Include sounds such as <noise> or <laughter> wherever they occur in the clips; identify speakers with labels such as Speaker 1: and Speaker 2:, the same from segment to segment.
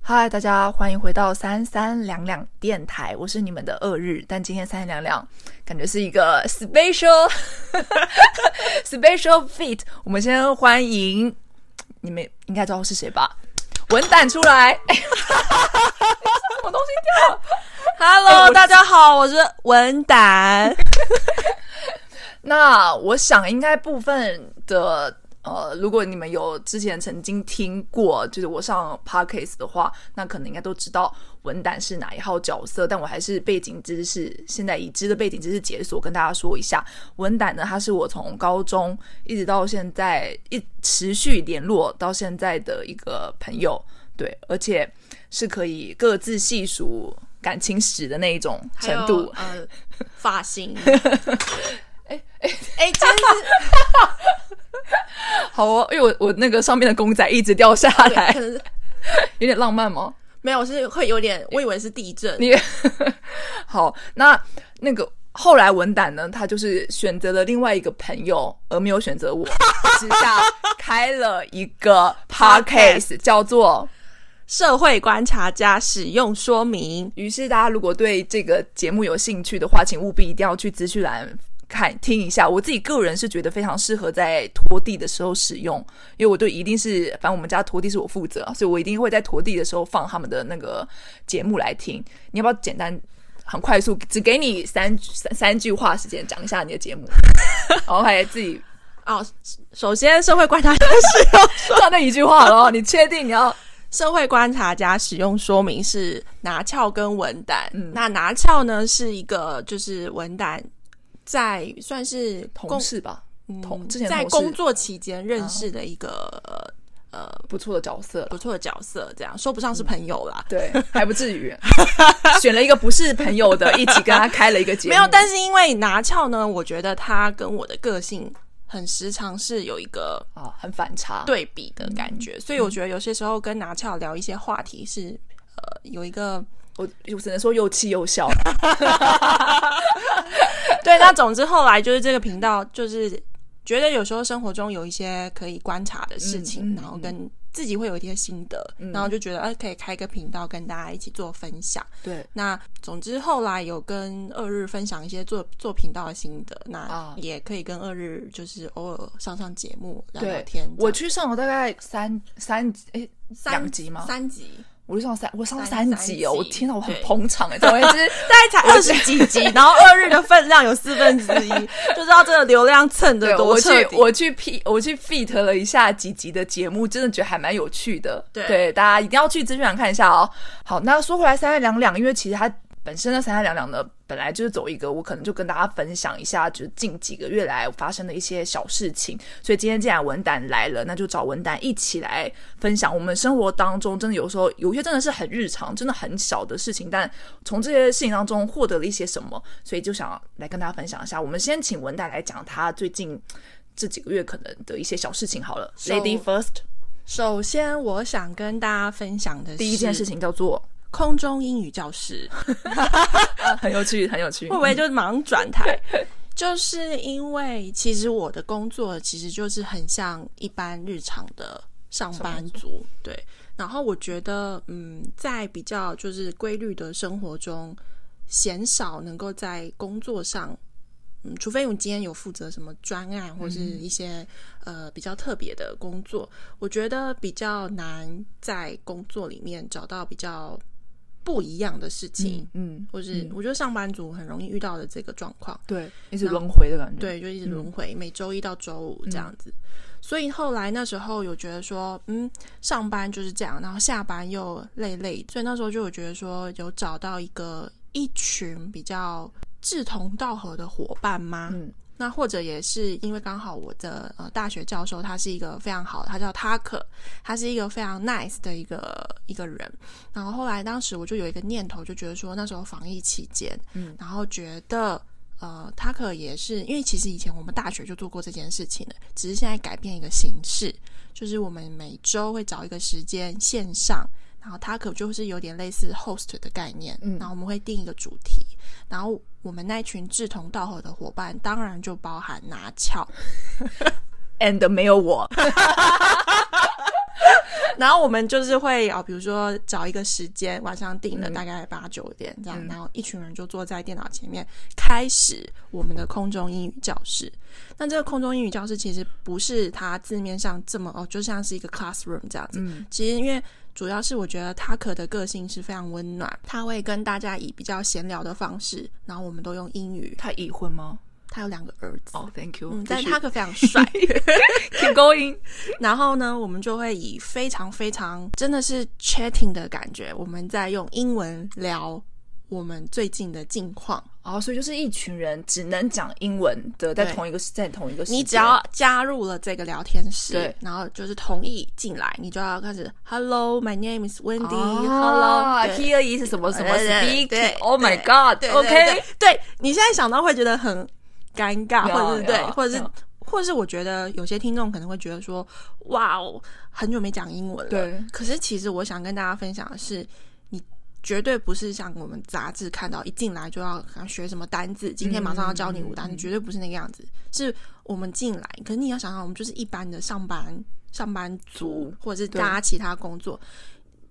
Speaker 1: 嗨，大家欢迎回到三三两两电台，我是你们的二日。但今天三三两两感觉是一个 special <laughs> special fit，我们先欢迎你们应该知道是谁吧？文胆出来，哎呀什么东西掉了哎
Speaker 2: Hello，、大家好，我是文
Speaker 1: <laughs>
Speaker 2: 胆。
Speaker 1: 那我想应该部分的呃，如果你们有之前曾经听过，就是我上 podcast 的话，那可能应该都知道文胆是哪一号角色。但我还是背景知识，现在已知的背景知识解锁，跟大家说一下，文胆呢，他是我从高中一直到现在一持续联络到现在的一个朋友，对，而且是可以各自细数感情史的那一种程度。
Speaker 2: 呃，
Speaker 1: <laughs>
Speaker 2: 发型。哎哎哎，真是
Speaker 1: 好哦，因为我我那个上面的公仔一直掉下来
Speaker 2: 可，能是
Speaker 1: 有点浪漫吗？
Speaker 2: 没有，是会有点，我以为是地震。
Speaker 1: 你 <laughs> 好，那那个后来文胆呢，他就是选择了另外一个朋友，而没有选择我，之下开了一个 podcast，叫做。
Speaker 2: 社会观察家使用说明，
Speaker 1: 于是大家如果对这个节目有兴趣的话，请务必一定要去资讯栏。看听一下，我自己个人是觉得非常适合在拖地的时候使用，因为我对一定是，反正我们家拖地是我负责，所以我一定会在拖地的时候放他们的那个节目来听。你要不要简单、很快速，只给你三三三句话时间讲一下你的节目，然后还自己
Speaker 2: 哦，首先社会观察家 <laughs> 使用
Speaker 1: 就那一句话咯，你确定你要？
Speaker 2: 社会观察家使用说明是拿翘跟文胆。
Speaker 1: 嗯
Speaker 2: 那拿翘呢是一个就是文胆在算是
Speaker 1: 同
Speaker 2: 工
Speaker 1: 事吧，同之前
Speaker 2: 在
Speaker 1: 同事嗯
Speaker 2: 工作期间认识的一个、呃呃
Speaker 1: 不错的角色了
Speaker 2: 不错的角色，这样说不上是朋友啦。
Speaker 1: 对，还不至于 <laughs> 选了一个不是朋友的，一起跟他开了一个节目。 <laughs>
Speaker 2: 没有，但是因为拿翘呢，我觉得他跟我的个性很时常是有一个
Speaker 1: 啊，很反差。，
Speaker 2: 对比的感觉，
Speaker 1: 嗯
Speaker 2: 所以我觉得有些时候跟拿翘聊一些话题是呃有一个
Speaker 1: 我我只能说又气又笑。
Speaker 2: 对。那总之后来就是这个频道，就是觉得有时候生活中有一些可以观察的事
Speaker 1: 嗯
Speaker 2: 情，
Speaker 1: 嗯嗯
Speaker 2: 然后跟自己会有一些心得，然后就觉得呃可以开个频道跟大家一起做分享。
Speaker 1: 对，
Speaker 2: 那总之后来有跟二日分享一些做做频道的心得，那
Speaker 1: 啊
Speaker 2: 也可以跟二日就是偶尔上上节目聊
Speaker 1: 对
Speaker 2: 聊天。
Speaker 1: 我去上了大概三三诶
Speaker 2: 三
Speaker 1: 两集吗？
Speaker 2: 三集，
Speaker 1: 我就上三，我上了
Speaker 2: 三
Speaker 1: 三集哦！
Speaker 2: 三集
Speaker 1: 我天哪，我很
Speaker 2: 对
Speaker 1: 捧场哎，总而言 <laughs> 之，
Speaker 2: 大概才二十几
Speaker 1: <laughs>
Speaker 2: 集，然后二日的分量有四分之一，就知道这个流量蹭
Speaker 1: 对
Speaker 2: 的
Speaker 1: 我
Speaker 2: 多
Speaker 1: 去
Speaker 2: 彻底。
Speaker 1: 我去 P 我去 fit 了一下几集的节目，真的觉得还蛮有趣的。
Speaker 2: 对
Speaker 1: 大家一定要去资讯栏看一下哦。好，那说回来三三两两，因为其实它本身的三三两两呢，本来就是走一个，我可能就跟大家分享一下，就是近几个月来发生的一些小事情。所以今天既然文胆来了，那就找文胆一起来分享我们生活当中真的有时候有些真的是很日常，真的很小的事情，但从这些事情当中获得了一些什么，所以就想来跟大家分享一下。我们先请文胆来讲他最近。这几个月可能的一些小事情好了
Speaker 2: So-
Speaker 1: ，Lady First，
Speaker 2: 首先，我想跟大家分享的是
Speaker 1: 第一件事，情叫做
Speaker 2: 空中英语教室。
Speaker 1: 很有趣，很有趣
Speaker 2: 会。不会就马上转台？就是因为其实我的工作其实就是很像一般日常的上班族，对。然后我觉得，嗯，在比较就是规律的生活中，鲜少能够在工作上，嗯，除非我今天有负责什么专案或是一些、呃比较特别的工作，我觉得比较难在工作里面找到比较不一样的事情。
Speaker 1: 嗯，
Speaker 2: 或是、我觉得上班族很容易遇到的这个状况，
Speaker 1: 对，一直轮回的感觉。，
Speaker 2: 对，就一直
Speaker 1: 嗯
Speaker 2: 轮回，每周一到周五这样子。所以后来那时候有觉得说，嗯，上班就是这样，然后下班又累累，所以那时候就有觉得说，有找到一个一群比较志同道合的伙伴吗？
Speaker 1: 嗯
Speaker 2: 那或者也是因为刚好我的呃大学教授他是一个非常好，他叫 Tucker，他是一个非常 nice 的一个一个人。然后后来当时我就有一个念头，就觉得说那时候防疫期间，
Speaker 1: 嗯，
Speaker 2: 然后觉得呃 Tucker 也是因为其实以前我们大学就做过这件事情了，只是现在改变一个形式，就是我们每周会找一个时间线上。然后 Tucker 就是有点类似 host 的概念，
Speaker 1: 嗯
Speaker 2: 然后我们会定一个主题，然后我们那群志同道合的伙伴，当然就包含拿翘，
Speaker 1: and 没有我。
Speaker 2: 然后我们就是会啊，比如说找一个时间，晚上定了大概八九点这样，然后一群人就坐在电脑前面，开始我们的空中英语教室。那这个空中英语教室其实不是它字面上这么哦，就像是一个 classroom 这样子。其实因为主要是我觉得塔可的个性是非常温暖，他会跟大家以比较闲聊的方式，然后我们都用英语。
Speaker 1: 他已婚吗？
Speaker 2: 他有两个儿子，
Speaker 1: 哦、t h a n k you、
Speaker 2: 嗯，
Speaker 1: 但
Speaker 2: 但是
Speaker 1: 是
Speaker 2: 塔
Speaker 1: 他
Speaker 2: 可非常帅。
Speaker 1: <laughs> keep going，
Speaker 2: 然后呢，我们就会以非常非常真的是 chatting 的感觉，我们在用英文聊我们最近的近况。
Speaker 1: <laughs> 哦，所以就是一群人只能讲英文的，在
Speaker 2: 对
Speaker 1: 同一个在同一个时间，
Speaker 2: 你只要加入了这个聊天室，
Speaker 1: 对
Speaker 2: 然后就是同意进来，你就要开始 Hello, my name is Wendy.
Speaker 1: 啊
Speaker 2: Hello，对
Speaker 1: here is 什么什么
Speaker 2: 对对对
Speaker 1: speak
Speaker 2: 对
Speaker 1: oh my
Speaker 2: 对
Speaker 1: god
Speaker 2: 对对
Speaker 1: OK
Speaker 2: 对对你现在想到会觉得很尴尬，
Speaker 1: 有
Speaker 2: 或者是对
Speaker 1: 有，
Speaker 2: 或者是
Speaker 1: 有。
Speaker 2: 或者是我觉得有些听众可能会觉得说，哇哦，很久没讲英文了。
Speaker 1: 对
Speaker 2: 可是其实我想跟大家分享的是，你绝对不是像我们杂志看到一进来就要学什么单字，今天马上要教你五单字，绝对不是那个样子。是我们进来，可是你要想想，我们就是一般的上班上班族
Speaker 1: 族，
Speaker 2: 或者是
Speaker 1: 对
Speaker 2: 大家其他工作，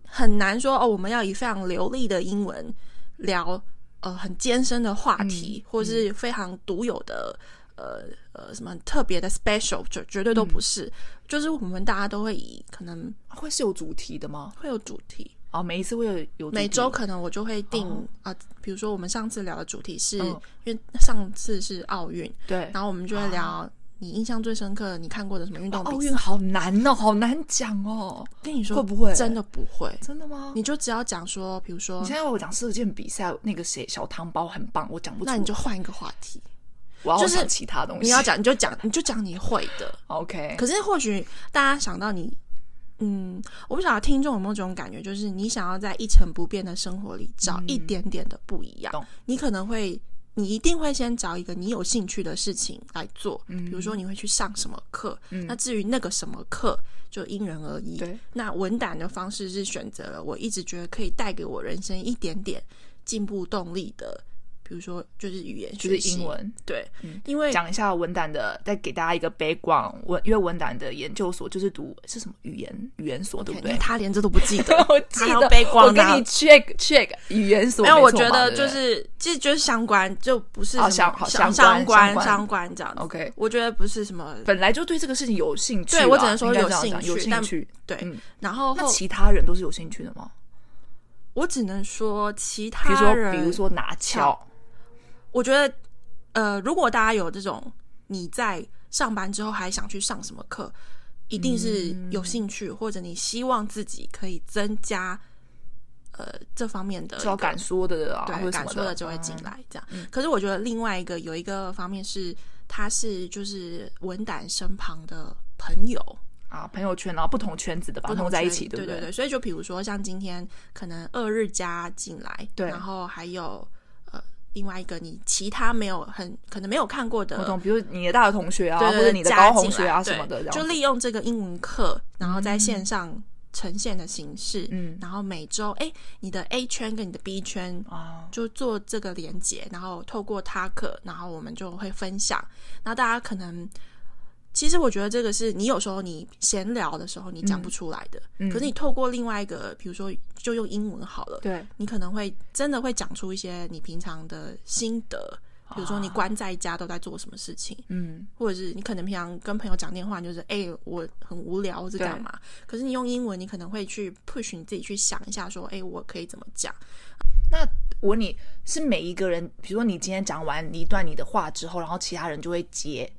Speaker 2: 很难说哦，我们要以非常流利的英文聊呃很艰深的话题，或是非常独有的呃呃什么很特别的 special，绝绝对都不是。就是我们大家都会以可能
Speaker 1: 会是有主题的吗？
Speaker 2: 会有主题，
Speaker 1: 哦，每一次会有有主题
Speaker 2: 每周可能我就会定
Speaker 1: 哦
Speaker 2: 啊、比如说我们上次聊的主题是、
Speaker 1: 嗯
Speaker 2: 因为上次是奥运，
Speaker 1: 对
Speaker 2: 然后我们就会聊你印象最深刻你看过的什么哦运动
Speaker 1: 奥
Speaker 2: 比
Speaker 1: 运
Speaker 2: 赛。
Speaker 1: 好难哦，好难讲哦，
Speaker 2: 跟你说
Speaker 1: 会不会
Speaker 2: 真的不会？
Speaker 1: 真的吗？
Speaker 2: 你就只要讲说，比如说
Speaker 1: 你现，在要我讲射箭比赛，那个谁小汤包很棒，我讲不出，
Speaker 2: 那你就换一个话题，
Speaker 1: 我要
Speaker 2: 就是
Speaker 1: 讲其他东西。
Speaker 2: 你要讲你就讲你就讲你会的，
Speaker 1: OK，
Speaker 2: 可是或许大家想到你，嗯，我不晓得听众有没有这种感觉，就是你想要在一成不变的生活里找一点点的不一样，
Speaker 1: 嗯懂
Speaker 2: 你可能会。你一定会先找一个你有兴趣的事情来做，
Speaker 1: 嗯
Speaker 2: 比如说你会去上什么课，那至于那个什么课就因人而异。
Speaker 1: 对，
Speaker 2: 那文胆的方式是选择了我一直觉得可以带给我人生一点点进步动力的，比如说就是语言
Speaker 1: 就是
Speaker 2: 学习
Speaker 1: 英，文。嗯
Speaker 2: 对，因为
Speaker 1: 讲一下文胆的，再给大家一个 background。文因为文胆的研究所就是读是什么语言语言所，对不
Speaker 2: 你
Speaker 1: 对
Speaker 2: 看？ <laughs> 他连这都不记得，
Speaker 1: <laughs> 我记
Speaker 2: 还要
Speaker 1: 得
Speaker 2: background
Speaker 1: 我跟
Speaker 2: 啊
Speaker 1: 你 check check 语言所
Speaker 2: 没有，我
Speaker 1: 错
Speaker 2: 觉
Speaker 1: 嘛
Speaker 2: 得
Speaker 1: 对
Speaker 2: 就
Speaker 1: 不对
Speaker 2: 是其实就是相关，就不是什么
Speaker 1: 哦相好
Speaker 2: 相
Speaker 1: 相关
Speaker 2: 关
Speaker 1: 相关
Speaker 2: 相关这样子。
Speaker 1: OK
Speaker 2: 我觉得不是什么
Speaker 1: 本来就对这个事情有兴趣啦，
Speaker 2: 对我只能说
Speaker 1: 应该
Speaker 2: 有
Speaker 1: 这样
Speaker 2: 兴
Speaker 1: 讲
Speaker 2: 趣
Speaker 1: 有兴
Speaker 2: 但
Speaker 1: 趣。
Speaker 2: 对。
Speaker 1: 嗯
Speaker 2: 然后
Speaker 1: 那
Speaker 2: 后
Speaker 1: 其他人都是有兴趣的吗？
Speaker 2: 我只能说其
Speaker 1: 比如
Speaker 2: 他
Speaker 1: 说，
Speaker 2: 人，
Speaker 1: 比如，说拿翘，
Speaker 2: 我觉得呃，如果大家有这种你在上班之后还想去上什么课，一定是
Speaker 1: 嗯
Speaker 2: 有兴趣，或者你希望自己可以增加呃这方面的
Speaker 1: 只要
Speaker 2: 一个
Speaker 1: 敢说的嗯啊，或
Speaker 2: 呃
Speaker 1: 者什
Speaker 2: 对，敢
Speaker 1: 么
Speaker 2: 说的就会进来这样。可是我觉得另外一个有一个方面是，他是就是文胆身旁的朋友，
Speaker 1: 啊，朋友圈，然后不同圈子的把它
Speaker 2: 不同
Speaker 1: 弄在一
Speaker 2: 圈
Speaker 1: 起，
Speaker 2: 对
Speaker 1: 不
Speaker 2: 对？所以就比如说像今天可能二日加进来，
Speaker 1: 对
Speaker 2: 然后还有呃另外一个你其他没有很可能没有看过的
Speaker 1: 我懂，比如你的大学同学啊，
Speaker 2: 嗯对
Speaker 1: 或
Speaker 2: 对对，
Speaker 1: 者你的
Speaker 2: 加
Speaker 1: 高同
Speaker 2: 进
Speaker 1: 学
Speaker 2: 来
Speaker 1: 啊
Speaker 2: 对
Speaker 1: 什么的，
Speaker 2: 就利用这个英文课，然后在线上呈现的形式，
Speaker 1: 嗯
Speaker 2: 然后每周哎，你的 A 圈跟你的 B 圈
Speaker 1: 啊，
Speaker 2: 就做这个连接，然后透过他课，然后我们就会分享。那大家可能，其实我觉得这个是你有时候你闲聊的时候你讲不出来的，可是你透过另外一个，比如说就用英文好了，
Speaker 1: 对，
Speaker 2: 你可能会真的会讲出一些你平常的心得，比如说你关在家都在做什么事情，
Speaker 1: 嗯，
Speaker 2: 或者是你可能平常跟朋友讲电话，你就是哎、我很无聊，我在干嘛？可是你用英文，你可能会去 push 你自己去想一下，说，哎、我可以怎么讲？
Speaker 1: 那我问你是每一个人，比如说你今天讲完一段你的话之后，然后其他人就会接，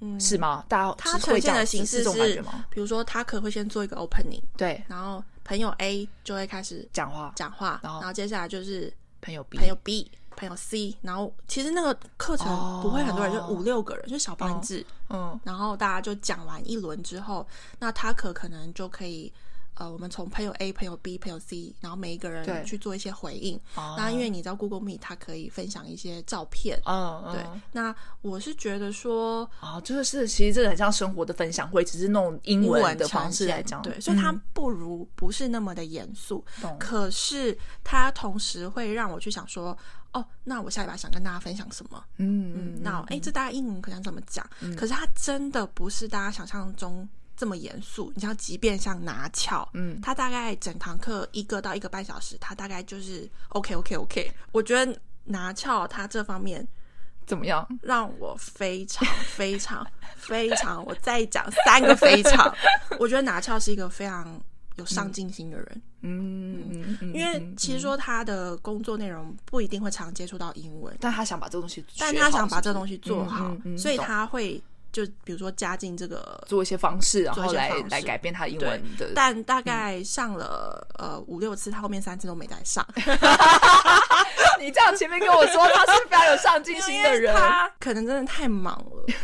Speaker 1: 嗯，是吗？大家
Speaker 2: 它
Speaker 1: 是会这
Speaker 2: 呈现
Speaker 1: 样
Speaker 2: 的形
Speaker 1: 是这
Speaker 2: 式
Speaker 1: 种感觉
Speaker 2: 是
Speaker 1: 吗？，
Speaker 2: 比如说他可能会先做一个 opening，
Speaker 1: 对，
Speaker 2: 然后朋友 A 就会开始
Speaker 1: 讲话，
Speaker 2: 讲话，
Speaker 1: 然
Speaker 2: 然
Speaker 1: 后
Speaker 2: 后接下来就是
Speaker 1: 朋友 B，
Speaker 2: 朋友 B、朋友 C，然后其实那个课程不会很多人，
Speaker 1: 哦
Speaker 2: 就五六个人，就小班制，
Speaker 1: 嗯，
Speaker 2: 然后大家就讲完一轮之后，那他可可能就可以。呃，我们从朋友 A、朋友 B、朋友 C，然后每一个
Speaker 1: 对
Speaker 2: 人去做一些回应。
Speaker 1: 哦
Speaker 2: 那因为你知道 Google Meet 它可以分享一些照片，
Speaker 1: 嗯，嗯
Speaker 2: 对。那我是觉得说，
Speaker 1: 啊，就是其实这个很像生活的分享会，只是那种英文的
Speaker 2: 呈
Speaker 1: 方式
Speaker 2: 现
Speaker 1: 来讲，嗯
Speaker 2: 对，所以它不如不是那么的严肃，
Speaker 1: 懂
Speaker 2: 可是它同时会让我去想说，哦，那我下礼拜想跟大家分享什么？
Speaker 1: 嗯嗯
Speaker 2: 嗯，那哎，诶这大家英文可能怎么讲？可是它真的不是大家想象中这么严肃，你知道，即便像拿翘，
Speaker 1: 嗯，
Speaker 2: 他大概整堂课一个到一个半小时，他大概就是 OK OK OK。我觉得拿翘他这方面
Speaker 1: 怎么样？
Speaker 2: 让我非常非常 <laughs> 非常，我再讲三个非
Speaker 1: <laughs>
Speaker 2: 常，我觉得拿翘是一个非常有上进心的人。
Speaker 1: 嗯嗯嗯，
Speaker 2: 因为
Speaker 1: 嗯
Speaker 2: 其实说他的工作内容不一定会常接触到英文，
Speaker 1: 但他想把这个东西学好，
Speaker 2: 但他想把这
Speaker 1: 嗯是不是
Speaker 2: 东西做好，
Speaker 1: 嗯嗯嗯
Speaker 2: 所以
Speaker 1: 懂
Speaker 2: 他会就比如说加进这个，
Speaker 1: 做一些方式，然
Speaker 2: 做一
Speaker 1: 后
Speaker 2: 些
Speaker 1: 来
Speaker 2: 方式
Speaker 1: 来改变他的英文的。
Speaker 2: 但大概上了、呃五六次，他后面三次都没再
Speaker 1: <laughs>
Speaker 2: 上，
Speaker 1: 你这样前面跟我说他是非常有上进心的
Speaker 2: 因为
Speaker 1: 人，
Speaker 2: <laughs> 他可能真的太
Speaker 1: <laughs>
Speaker 2: 忙了。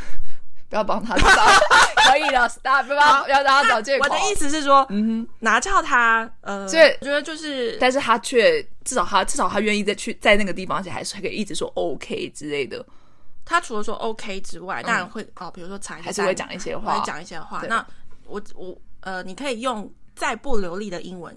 Speaker 1: 不要帮他
Speaker 2: <laughs>
Speaker 1: 找，可以 <laughs> 了，stop，不要不要让他找借口。
Speaker 2: 我的意思是说，
Speaker 1: 嗯
Speaker 2: 拿翘他呃，
Speaker 1: 所以
Speaker 2: 我觉得就是
Speaker 1: 但是他却至少他至少他愿意再去在那个地方，而且还是可以一直说 OK 之类的，
Speaker 2: 他除了说 OK 之外，当然会、哦，比如说查一
Speaker 1: 嗯
Speaker 2: 下
Speaker 1: 还是会讲一些话
Speaker 2: 会。讲一些话。
Speaker 1: 对
Speaker 2: 那我我呃，你可以用再不流利的英文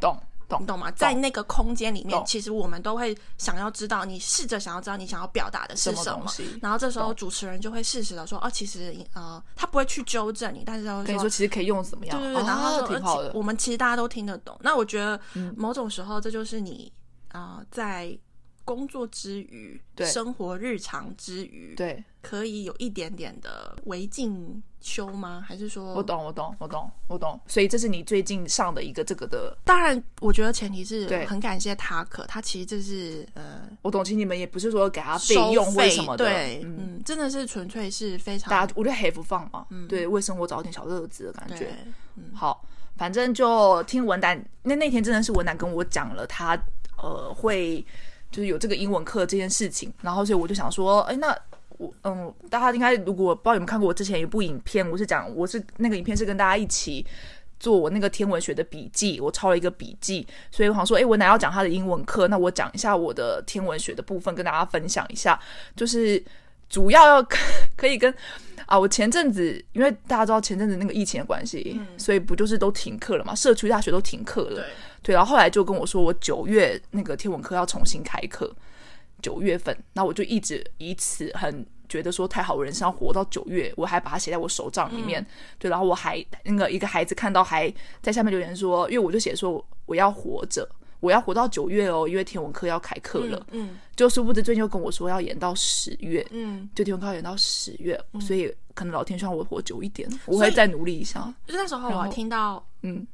Speaker 1: 懂懂
Speaker 2: 你懂吗？在那个空间里面
Speaker 1: 懂，
Speaker 2: 其实我们都会想要知道，你试着想要知道你想要表达的是
Speaker 1: 么
Speaker 2: 什么
Speaker 1: 东。西？
Speaker 2: 然后这时候主持人就会适时的说：“哦，其实呃，他不会去纠正你，但是他会
Speaker 1: 跟你说，其实可以用怎么样？
Speaker 2: 对对对，
Speaker 1: 哦
Speaker 2: 然后他说
Speaker 1: 挺好
Speaker 2: 呃其
Speaker 1: 的。嗯
Speaker 2: 我们其实大家都听得懂。那我觉得某种时候，这就是你啊、呃在工作之余、
Speaker 1: 对
Speaker 2: 生活日常之余，
Speaker 1: 对，
Speaker 2: 可以有一点点的微进修吗？还是说，
Speaker 1: 我懂，我懂，我懂，我懂。所以这是你最近上的一个这个的，
Speaker 2: 当然，我觉得前提是
Speaker 1: 对
Speaker 2: 很感谢他可，他其实这是呃
Speaker 1: 我懂。其实你们也不是说给他备
Speaker 2: 收
Speaker 1: 用或者
Speaker 2: 费
Speaker 1: 什么的，
Speaker 2: 对，
Speaker 1: 嗯
Speaker 2: 嗯，真的是纯粹是非常
Speaker 1: 大家我觉得 have fun 嘛，对，为生活找点小乐子的感
Speaker 2: 对
Speaker 1: 觉。好，反正就听文丹，那那天真的是文丹跟我讲了他呃会就是有这个英文课这件事情，然后所以我就想说，哎，那我嗯，大家应该如果不知道有没有看过我之前有一部影片，我是讲我是那个影片是跟大家一起。做我那个天文学的笔记，我抄了一个笔记，所以我想说，哎，文楠要讲他的英文课，那我讲一下我的天文学的部分，跟大家分享一下，就是主要 <laughs> 要可以跟啊，我前阵子因为大家知道前阵子那个疫情的关系，所以不就是都停课了嘛，社区大学都停课了，
Speaker 2: 对
Speaker 1: 对，然后后来就跟我说，我九月那个天文课要重新开课，九月份，那我就一直以此很觉得说太好，我人生要活到九月，我还把它写在我手账里面，对，然后我还那个一个孩子看到还在下面留言说，因为我就写说我我要活着，我要活到九月哦，因为天文课要开课了，
Speaker 2: 嗯
Speaker 1: 就殊不知最近又跟我说要延到十月，
Speaker 2: 嗯，
Speaker 1: 就天文课要延到十月，所以可能老天希望我活久一点，我会再努力一下。
Speaker 2: 就是那时候我
Speaker 1: 然
Speaker 2: 还
Speaker 1: 后
Speaker 2: 听到
Speaker 1: 嗯，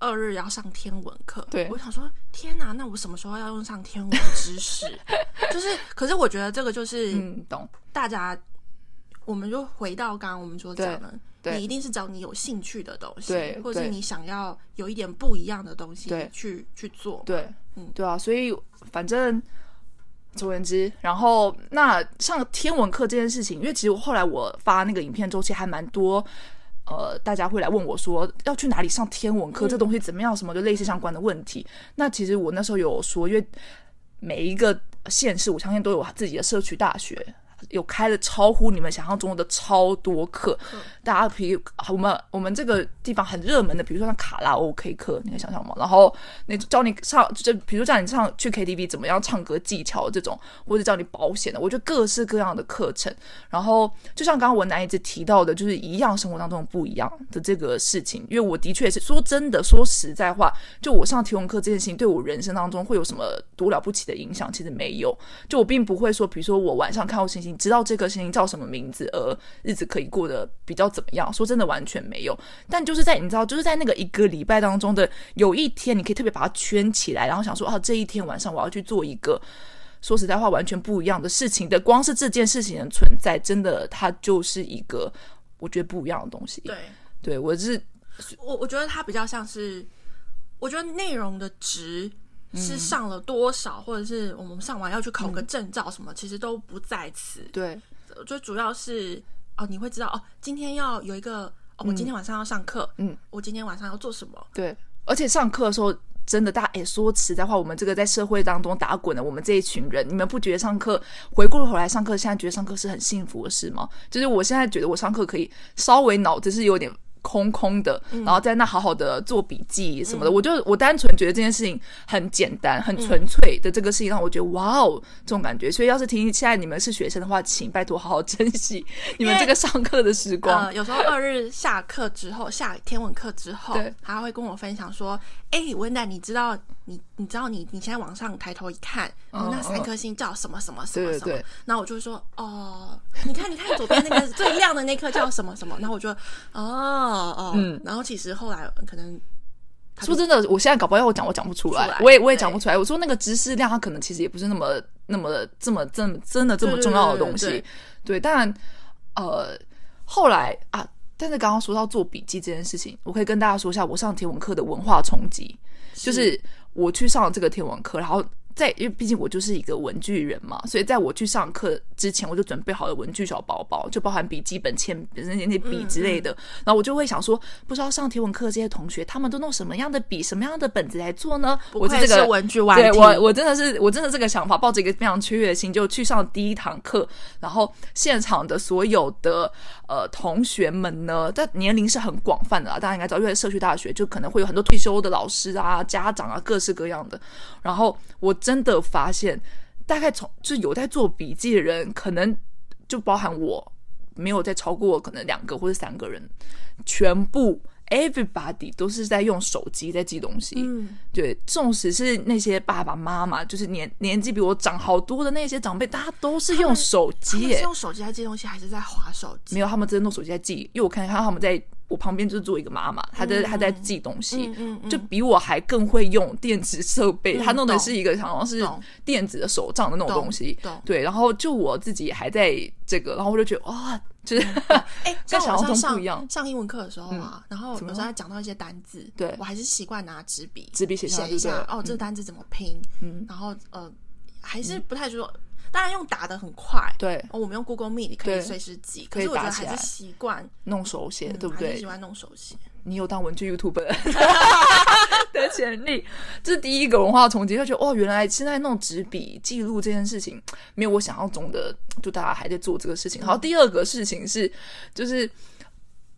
Speaker 2: 二日要上天文课，
Speaker 1: 对
Speaker 2: 我想说天哪，那我什么时候要用上天文知识？ <laughs> 就是，可是我觉得这个就是
Speaker 1: 嗯，懂。
Speaker 2: 大家，我们就回到刚刚我们所讲的。
Speaker 1: 对
Speaker 2: 你一定是找你有兴趣的东西
Speaker 1: 对，
Speaker 2: 或者是
Speaker 1: 对
Speaker 2: 你想要有一点不一样的东西
Speaker 1: 对
Speaker 2: 去去做。
Speaker 1: 对，
Speaker 2: 嗯
Speaker 1: 对啊，所以反正总而言之，然后那上天文课这件事情，因为其实我后来我发那个影片周期还蛮多。呃，大家会来问我说要去哪里上天文课，这东西怎么样，什么就类似相关的问题。那其实我那时候有说，因为每一个县市，我相信都有自己的社区大学，有开了超乎你们想象中的超多课。大家比如我们我们这个地方很热门的，比如说像卡拉 OK 课，你能想象吗？然后那教你上，就比如叫你上去 KTV 怎么样唱歌技巧这种，或者叫你保险的，我觉得各式各样的课程。然后就像刚刚文楠一直提到的，就是一样生活当中的不一样的这个事情，因为我的确是说真的，说实在话，就我上体文课这件事情，对我人生当中会有什么多了不起的影响，其实没有。就我并不会说，比如说我晚上看到星星，知道这颗星星叫什么名字，而日子可以过得比较怎么样。说真的，完全没有。但就是在你知道，就是在那个一个礼拜当中的有一天，你可以特别把它圈起来，然后想说，啊，这一天晚上我要去做一个说实在话完全不一样的事情的。光是这件事情的存在，真的它就是一个我觉得不一样的东西。
Speaker 2: 对，
Speaker 1: 对我是
Speaker 2: 我我觉得它比较像是，我觉得内容的值
Speaker 1: 嗯
Speaker 2: 是上了多少，或者是我们上完要去考个证照什么，其实都不在此。
Speaker 1: 对
Speaker 2: 我觉得主要是哦，你会知道哦，今天要有一个哦，我今天晚上要上课，
Speaker 1: 嗯，
Speaker 2: 我今天晚上要做什么，
Speaker 1: 对，而且上课的时候。真的，大家哎，说实在话，我们这个在社会当中打滚的，我们这一群人，你们不觉得上课回过头来上课，现在觉得上课是很幸福的事吗？就是我现在觉得我上课可以稍微脑子是有点空空的，
Speaker 2: 嗯
Speaker 1: 然后在那好好的做笔记什么的。我就我单纯觉得这件事情很简单、
Speaker 2: 嗯
Speaker 1: 很纯粹的这个事情，让我觉得哇哦这种感觉。所以要是听现在你们是学生的话，请拜托好好珍惜你们这个上课的时光
Speaker 2: 呃，。有时候二日下课之后，下天文课之后
Speaker 1: 对，
Speaker 2: 他会跟我分享说：“哎、温娜，你知道你你知道你你现在往上抬头一看，哦
Speaker 1: 嗯，
Speaker 2: 那三颗星叫什么什么什么
Speaker 1: 对
Speaker 2: 什么？”
Speaker 1: 对
Speaker 2: 然后我就说：“哦，你看你看左边那个最亮的那颗叫什么什么？”然后我就：“哦哦。
Speaker 1: 嗯
Speaker 2: 然后其实后来可能
Speaker 1: 说真的，我现在搞不好要我讲，我讲不出来，
Speaker 2: 出来
Speaker 1: 我也我也
Speaker 2: 对
Speaker 1: 讲不出来。我说那个知识量，它可能其实也不是那么那么这么这么真的这么重要的东西。
Speaker 2: 对对对
Speaker 1: 对，当然，呃，后来啊，但是刚刚说到做笔记这件事情，我可以跟大家说一下我上天文课的文化冲击，就是我去上了这个天文课，然后。在，因为毕竟我就是一个文具人嘛，所以在我去上课之前，我就准备好了文具小包包，就包含笔记本、铅笔、那些
Speaker 2: 嗯
Speaker 1: 笔之类的。然后我就会想说，不知道上天文课这些同学，他们都用什么样的笔、什么样的本子来做呢？
Speaker 2: 不
Speaker 1: 我
Speaker 2: 愧
Speaker 1: 这个
Speaker 2: 是文具玩
Speaker 1: 对
Speaker 2: 具
Speaker 1: 我，我真的是，我真的这个想法，抱着一个非常雀跃的心，就去上第一堂课。然后现场的所有的呃同学们呢，但年龄是很广泛的啦，大家应该知道，因为社区大学就可能会有很多退休的老师啊、家长啊，各式各样的。然后我真的发现，大概从就有在做笔记的人，可能就包含我，没有再超过可能两个或者三个人，全部 everybody 都是在用手机在记东西。
Speaker 2: 嗯，
Speaker 1: 对，纵使是那些爸爸妈妈，就是年年纪比我长好多的那些长辈，大家都是用手
Speaker 2: 他
Speaker 1: 机
Speaker 2: 们是
Speaker 1: 耶，
Speaker 2: 用手机在记东西，还是在划手机？
Speaker 1: 没有他们真的用手机在记，因为我看看他们在我旁边就是坐一个妈妈，她在、她在记东西，
Speaker 2: 嗯
Speaker 1: 就比我还更会用电子设备，
Speaker 2: 嗯
Speaker 1: 她弄的
Speaker 2: 懂
Speaker 1: 是一个好像是
Speaker 2: 懂
Speaker 1: 电子的手杖的那种
Speaker 2: 懂
Speaker 1: 东西
Speaker 2: 懂，
Speaker 1: 对，然后就我自己还在这个，然后我就觉得哇，就是、
Speaker 2: 哎、
Speaker 1: 跟
Speaker 2: 跟
Speaker 1: 想象
Speaker 2: 我上
Speaker 1: 中不
Speaker 2: 上
Speaker 1: 一样嗯
Speaker 2: 上英文课的时候啊，然后有
Speaker 1: 怎么
Speaker 2: 时候
Speaker 1: 了
Speaker 2: 他讲到一些单字，
Speaker 1: 对
Speaker 2: 我还是习惯拿纸笔
Speaker 1: <laughs> 纸笔写下来
Speaker 2: 写一
Speaker 1: 对
Speaker 2: 下
Speaker 1: 不，对
Speaker 2: 哦，这
Speaker 1: 嗯
Speaker 2: 单字怎么拼？
Speaker 1: 嗯
Speaker 2: 然后呃，还是不太说，当然用打的很快，
Speaker 1: 对
Speaker 2: 哦，我们用 Google Meet 可
Speaker 1: 对
Speaker 2: 以随时记，
Speaker 1: 可
Speaker 2: 可
Speaker 1: 以
Speaker 2: 是我觉
Speaker 1: 打
Speaker 2: 得
Speaker 1: 起
Speaker 2: 还
Speaker 1: 来
Speaker 2: 是习惯，嗯
Speaker 1: 弄手写，对不
Speaker 2: 还
Speaker 1: 对
Speaker 2: 是喜？欢弄手写，
Speaker 1: 你有当文具 YouTube <laughs> 的潜力，这是第一个文化冲击，就觉得哦，原来现在弄纸笔记录这件事情没有我想象中的，就大家还在做这个事情。然后第二个事情是，就是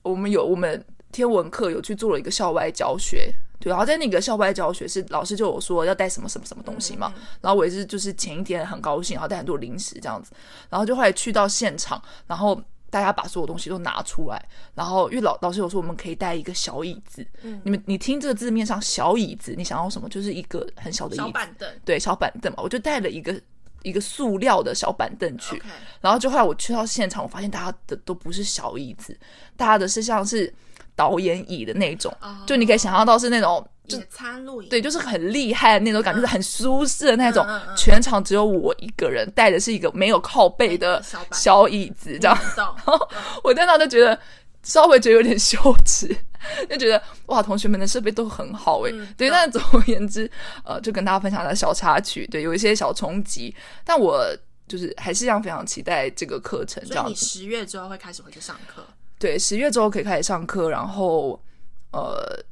Speaker 1: 我们有我们天文课有去做了一个校外教学。对，然后在那个校外教学是老师就有说要带什么什么什么东西嘛，然后我也是就是前一天很高兴，然后带很多零食这样子，然后就后来去到现场，然后大家把所有东西都拿出来，然后因为老老师有说我们可以带一个小椅子，
Speaker 2: 嗯
Speaker 1: 你们你听这个字面上小椅子，你想要什么？就是一个很小的椅
Speaker 2: 小
Speaker 1: 子，
Speaker 2: 板凳
Speaker 1: 对，小板凳嘛，我就带了一个一个塑料的小板凳去，
Speaker 2: ，OK，
Speaker 1: 然后就后来我去到现场，我发现大家的都不是小椅子，大家的是像是导演椅的那种，
Speaker 2: 哦
Speaker 1: 就你可以想象到是那种就
Speaker 2: 野餐露营，
Speaker 1: 对，就是很厉害的那种感觉，就是很舒适的那种。
Speaker 2: 嗯嗯嗯
Speaker 1: 全场只有我一个人，带的是一个没有靠背的
Speaker 2: 哎小板嗯
Speaker 1: 小椅子，这样。
Speaker 2: 懂，
Speaker 1: 我在那就觉得稍微觉得有点羞耻，就觉得哇，同学们的设备都很好诶、
Speaker 2: 嗯
Speaker 1: 对，
Speaker 2: 懂
Speaker 1: 但总而言之，呃，就跟大家分享的小插曲，对，有一些小冲击，但我就是还是一样非常期待这个课 <laughs> 程这
Speaker 2: 所以
Speaker 1: 样
Speaker 2: 你
Speaker 1: 子。
Speaker 2: 十月之后会开始回去上课，
Speaker 1: 对，十月之后可以开始上课，然后呃。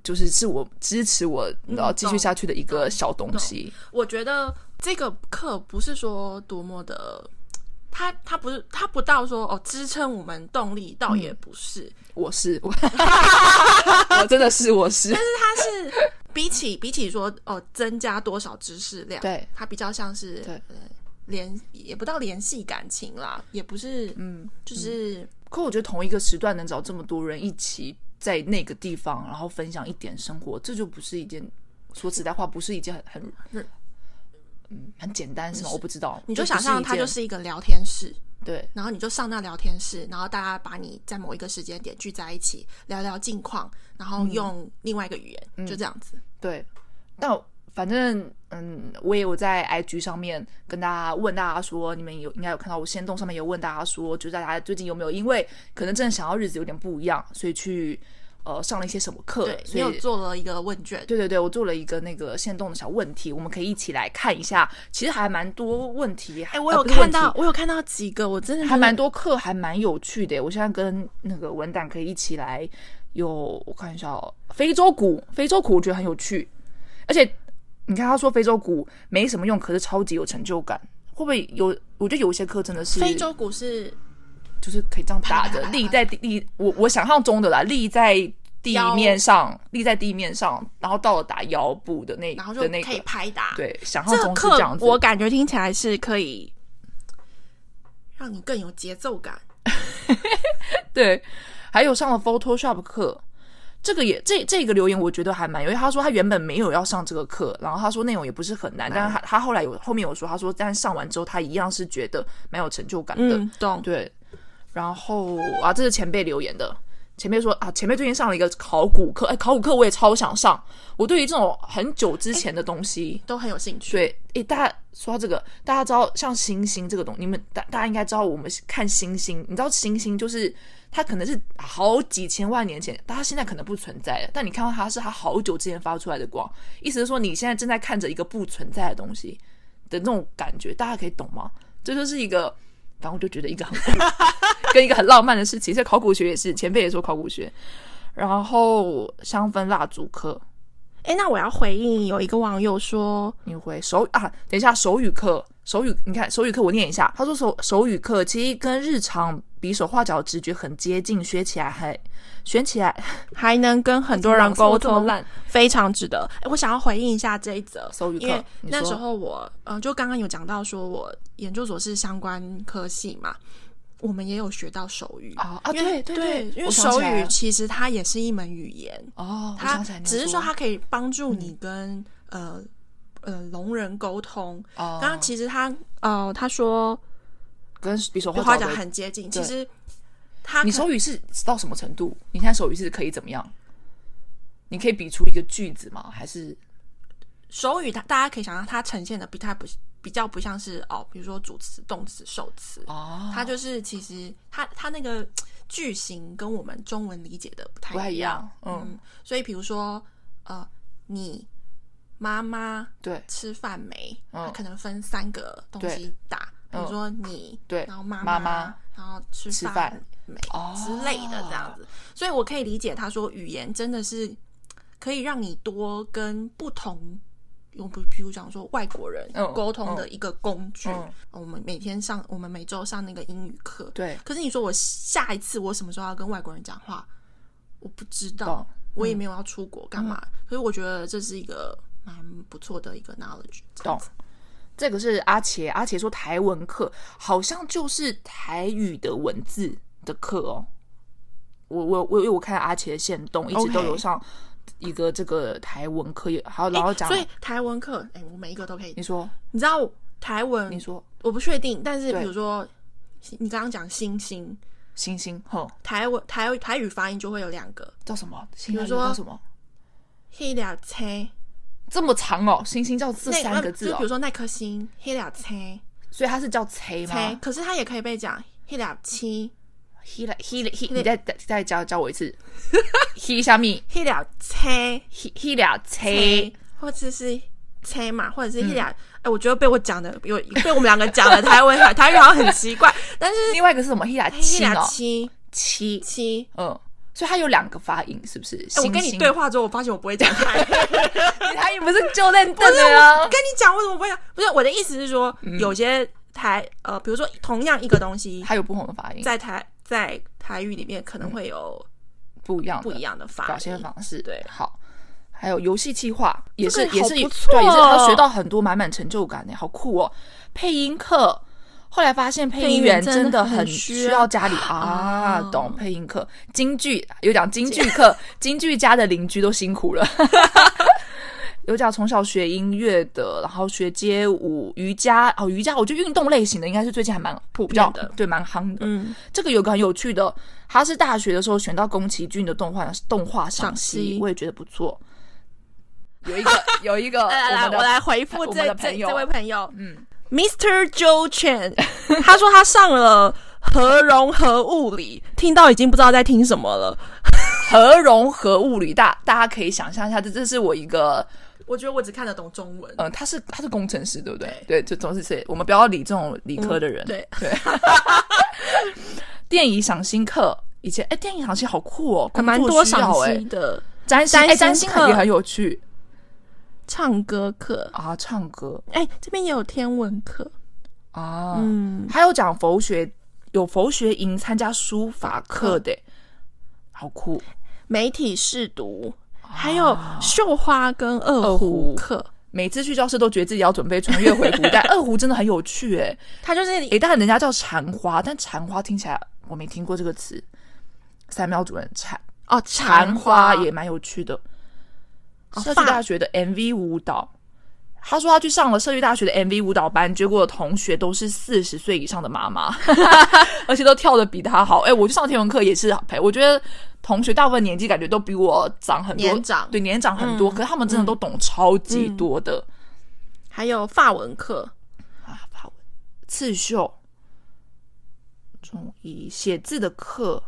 Speaker 1: 就是是我支持我，然后继续
Speaker 2: 嗯懂
Speaker 1: 下去的一个小东西。
Speaker 2: 我觉得这个课不是说多么的，它它不是它不到说哦支撑我们动力，倒
Speaker 1: 嗯
Speaker 2: 也不是，
Speaker 1: 我是我， <laughs> 我真的是我是，
Speaker 2: 但是它是比起 <laughs> 比起说哦增加多少知识量，
Speaker 1: 对
Speaker 2: 它比较像是
Speaker 1: 对
Speaker 2: 呃联也不到联系感情啦，也不是嗯，就是
Speaker 1: 可我觉得同一个时段能找这么多人一起在那个地方，然后分享一点生活，这就不是一件说实在话，不是一件很很
Speaker 2: 是
Speaker 1: 嗯很简单是吗？我不知道，
Speaker 2: 你就
Speaker 1: 这不
Speaker 2: 想象它
Speaker 1: 一件
Speaker 2: 就是一个聊天室，
Speaker 1: 对
Speaker 2: 然后你就上那聊天室，然后大家把你在某一个时间点聚在一起聊聊近况，然后用另外一个语言，就这样子。
Speaker 1: 对，但反正嗯，我也有在 IG 上面跟大家问大家说，你们有应该有看到我先动上面有问大家说，就是大家最近有没有因为可能真的想要日子有点不一样，所以去呃上了一些什么课，
Speaker 2: 对，
Speaker 1: 所
Speaker 2: 你
Speaker 1: 以
Speaker 2: 有做了一个问卷，
Speaker 1: 对对对，我做了一个那个限动的小问题，我们可以一起来看一下。其实还蛮多问题，哎
Speaker 2: 哎、我有看到，，我有看到几个，我真的
Speaker 1: 还蛮多课，还蛮有趣的。我现在跟那个文胆可以一起来，有我看一下哦，非洲鼓，非洲鼓我觉得很有趣，而且你看他说非洲鼓没什么用，可是超级有成就感，会不会有？我觉得有一些课真的是
Speaker 2: 非洲鼓是
Speaker 1: 就是可以这样打着
Speaker 2: 啪啪啪
Speaker 1: 立在地立，我我想象中的啦，立在地
Speaker 2: 腰
Speaker 1: 面上，立在地面上，然后到了打腰部的那
Speaker 2: 然后就
Speaker 1: 的那
Speaker 2: 可以
Speaker 1: 个，
Speaker 2: 拍打。，
Speaker 1: 对，想象
Speaker 2: 这
Speaker 1: 中是
Speaker 2: 课
Speaker 1: 这样子。
Speaker 2: 我感觉听起来是可以让你更有节奏感。
Speaker 1: 对，还有上了 Photoshop 课，这个也这这个留言我觉得还蛮有，因为他说他原本没有要上这个课，然后他说内容也不是很难，但是他他后来有后面有说，他说但上完之后他一样是觉得蛮有成就感的，
Speaker 2: 嗯，懂。
Speaker 1: 对。然后啊，这是前辈留言的。前辈说啊，前辈最近上了一个考古课，哎，考古课我也超想上。我对于这种很久之前的东西，
Speaker 2: 都很有兴趣。
Speaker 1: 对，诶，大家说到这个，大家知道像星星这个东，你们大大家应该知道，我们看星星，你知道星星就是它可能是好几千万年前，但它现在可能不存在了，但你看到它是它好久之前发出来的光，意思是说你现在正在看着一个不存在的东西的那种感觉，大家可以懂吗？这就是一个。反正我就觉得一个很跟一个很浪漫的事情，所以考古学也是，前辈也说考古学，然后香氛蜡烛课，
Speaker 2: 哎、那我要回应有一个网友说，
Speaker 1: 你会手啊？等一下，手语课，手语，你看手语课，我念一下。他说手手语课其实跟日常比手画脚的直觉很接近，学起来还学起来啊
Speaker 2: 还能跟很 <laughs> 多人沟
Speaker 1: 我这么
Speaker 2: 通，
Speaker 1: 烂。
Speaker 2: 非常值得。哎诶我想要回应一下这一则，
Speaker 1: 手语课
Speaker 2: 因为
Speaker 1: 你
Speaker 2: 那
Speaker 1: 说
Speaker 2: 时候我，嗯、就刚刚有讲到说我研究所是相关科系嘛，我们也有学到手语
Speaker 1: 啊啊
Speaker 2: 因为
Speaker 1: 对对对
Speaker 2: 因为
Speaker 1: 我想起
Speaker 2: 手
Speaker 1: 来
Speaker 2: 语
Speaker 1: 了
Speaker 2: 其实它也是一门语言，
Speaker 1: 哦，我
Speaker 2: 它
Speaker 1: 想起来你
Speaker 2: 只是
Speaker 1: 说嗯
Speaker 2: 说它可以帮助你跟、呃呃聋人沟通。
Speaker 1: 哦，
Speaker 2: 刚刚其实他呃他说
Speaker 1: 跟比手
Speaker 2: 花
Speaker 1: 画
Speaker 2: 甲
Speaker 1: 的。
Speaker 2: 很接近，
Speaker 1: 对
Speaker 2: 其实他
Speaker 1: 你
Speaker 2: 可
Speaker 1: 手语是到什么程度？你现在手语是可以怎么样？你可以比出一个句子吗？还是
Speaker 2: 手语它大家可以想象它呈现的比它不比较不像是哦，比如说主词、动词、受词，
Speaker 1: 哦，
Speaker 2: 它就是其实它它那个句型跟我们中文理解的不太
Speaker 1: 不太一
Speaker 2: 一
Speaker 1: 样？嗯，
Speaker 2: 嗯，所以比如说呃，你妈妈
Speaker 1: 对
Speaker 2: 吃饭没？
Speaker 1: 嗯
Speaker 2: 它可能分三个东西打，比如说你
Speaker 1: 对
Speaker 2: 然后妈
Speaker 1: 妈妈
Speaker 2: 然后吃
Speaker 1: 吃饭
Speaker 2: 没
Speaker 1: 哦
Speaker 2: 之类的这样子，所以我可以理解他说语言真的是可以让你多跟不同。用不，比如讲说外国人
Speaker 1: 嗯
Speaker 2: 沟通的一个工具，
Speaker 1: 嗯
Speaker 2: 我们每天上，我们每周上那个英语课。
Speaker 1: 对，
Speaker 2: 可是你说我下一次我什么时候要跟外国人讲话，我不知道
Speaker 1: 懂，嗯
Speaker 2: 我也没有要出国干嘛，所以我觉得这是一个蛮不错的一个 knowledge。
Speaker 1: 懂。这个是阿茄，阿茄说台文课好像就是台语的文字的课哦。我我我因为我看阿茄的线动，一直
Speaker 2: OK
Speaker 1: 都有上一个这个台文课，也还有然后讲，
Speaker 2: 所以台文课，哎、我每一个都可以
Speaker 1: 你。说
Speaker 2: 你知道台文，
Speaker 1: 你说
Speaker 2: 我不确定，但是
Speaker 1: 对
Speaker 2: 比如说你刚刚讲星星，
Speaker 1: 星星哼
Speaker 2: 台文台台语发音就会有两个
Speaker 1: 叫什么？星
Speaker 2: 比
Speaker 1: 星
Speaker 2: 如说
Speaker 1: 叫什么？
Speaker 2: 黑俩猜，
Speaker 1: 这么长哦，星星叫这
Speaker 2: 那呃
Speaker 1: 三个字
Speaker 2: 就
Speaker 1: 哦
Speaker 2: 比如，说那颗星黑俩猜
Speaker 1: 所以它是叫猜
Speaker 2: 猜，
Speaker 1: 吗
Speaker 2: 可是它也可以被讲黑俩七
Speaker 1: ？He like- he like- he，你再再再教教我一
Speaker 2: <laughs>
Speaker 1: 次，he 下面
Speaker 2: 黑俩猜。
Speaker 1: he he 俩猜，
Speaker 2: 黑，或者是黑嘛，或者
Speaker 1: 嗯
Speaker 2: 是一俩。哎、我觉得被我讲的有被我们两个讲的 <laughs> 台湾台语好像很奇怪，但是
Speaker 1: 另外一个是什么？he 俩
Speaker 2: 一
Speaker 1: 七
Speaker 2: 俩
Speaker 1: 哦，
Speaker 2: 七
Speaker 1: 七
Speaker 2: 七。
Speaker 1: 嗯，所以它有两个发音，是不是？
Speaker 2: 哎、我跟
Speaker 1: 星
Speaker 2: 你
Speaker 1: 星
Speaker 2: 对，话之后，我发现我不会讲台语。
Speaker 1: 你台语不是就认真的啊
Speaker 2: 跟？你讲，我怎么不会讲？不是我的意思是说，
Speaker 1: 嗯
Speaker 2: 有些台呃，比如说同样一个东西，
Speaker 1: 它有不同的发音，
Speaker 2: 在台在台语里面可能会有
Speaker 1: 不一样的
Speaker 2: 不一样的发音
Speaker 1: 表现方式。
Speaker 2: 对
Speaker 1: 好，还有游戏企划也是
Speaker 2: 这个
Speaker 1: 也
Speaker 2: 好
Speaker 1: 是
Speaker 2: 不错
Speaker 1: 对，也是他
Speaker 2: 哦
Speaker 1: 学到很多满满成就感呢，好酷哦！配音课。后来发现配
Speaker 2: 配
Speaker 1: 音
Speaker 2: 音
Speaker 1: 员
Speaker 2: 员
Speaker 1: 真的
Speaker 2: 真的很
Speaker 1: 很
Speaker 2: 需
Speaker 1: 需
Speaker 2: 要
Speaker 1: 要家里啊，懂配音课、京剧有讲京
Speaker 2: <laughs>
Speaker 1: 剧课，京剧家的邻居都辛苦了。 <laughs> 有讲从小学音乐的，然后学街舞、瑜伽哦，瑜伽我觉得运动类型的应该是最近还蛮普
Speaker 2: 遍的
Speaker 1: 比较对，蛮夯的。
Speaker 2: 嗯
Speaker 1: 这个有个很有趣的，他是大学的时候选到宫崎骏的动画动画赏
Speaker 2: 赏
Speaker 1: 析
Speaker 2: 析，
Speaker 1: 我也觉得不错。有
Speaker 2: <laughs>
Speaker 1: 一个有一个，
Speaker 2: 来来
Speaker 1: 我们的
Speaker 2: 呃来，我来回复
Speaker 1: 我们
Speaker 2: 这
Speaker 1: 的
Speaker 2: 这
Speaker 1: 朋友
Speaker 2: 这位朋友，嗯，Mr. Joe Chen，他说他上了核融合物理，听到已经不知道在听什么了。
Speaker 1: 核融合物理大，大家可以想象一下，这这是我一个，
Speaker 2: 我觉得我只看得懂中文，
Speaker 1: 嗯，他是他是工程师，对不对？对，就总是是我们不要理这种理科的人。
Speaker 2: 嗯对，
Speaker 1: 电影赏心课。以前哎，电影赏析好酷哦，
Speaker 2: 还蛮
Speaker 1: 工
Speaker 2: 多
Speaker 1: 作需
Speaker 2: 赏
Speaker 1: 要
Speaker 2: 析
Speaker 1: 哎，
Speaker 2: 的。
Speaker 1: 占星哎，占
Speaker 2: 占
Speaker 1: 星
Speaker 2: 星课
Speaker 1: 也很有趣
Speaker 2: 唱歌课，
Speaker 1: 啊，唱歌
Speaker 2: 哎、这边也有天文课，
Speaker 1: 啊，
Speaker 2: 嗯，
Speaker 1: 还有讲佛学有佛学营参加书法课的，好酷！
Speaker 2: 媒体试读，还有绣花跟啊二胡课。
Speaker 1: 每次去教室都觉得自己要准备穿越回古代，二胡真的很有趣诶、
Speaker 2: 它就是
Speaker 1: 诶、但人家叫禅花，但禅花听起来我没听过这个词。三喵主任禅
Speaker 2: 哦，
Speaker 1: 禅
Speaker 2: 缠
Speaker 1: 花
Speaker 2: 花
Speaker 1: 也蛮有趣的，
Speaker 2: 哦
Speaker 1: 社区
Speaker 2: 法
Speaker 1: 大学的 MV 舞蹈。他说他去上了社区大学的 MV 舞蹈班，结果同学都是四十岁以上的妈
Speaker 2: <laughs>
Speaker 1: 妈，而且都跳的比他好。哎、我去上天文课也是，哎我觉得同学大部分年纪感觉都比我长很多，
Speaker 2: 年长嗯
Speaker 1: 对年长很多，可是他们真的都懂超级多的、
Speaker 2: 还有法文课，嗯
Speaker 1: 啊，法文刺绣、中医、写字的课，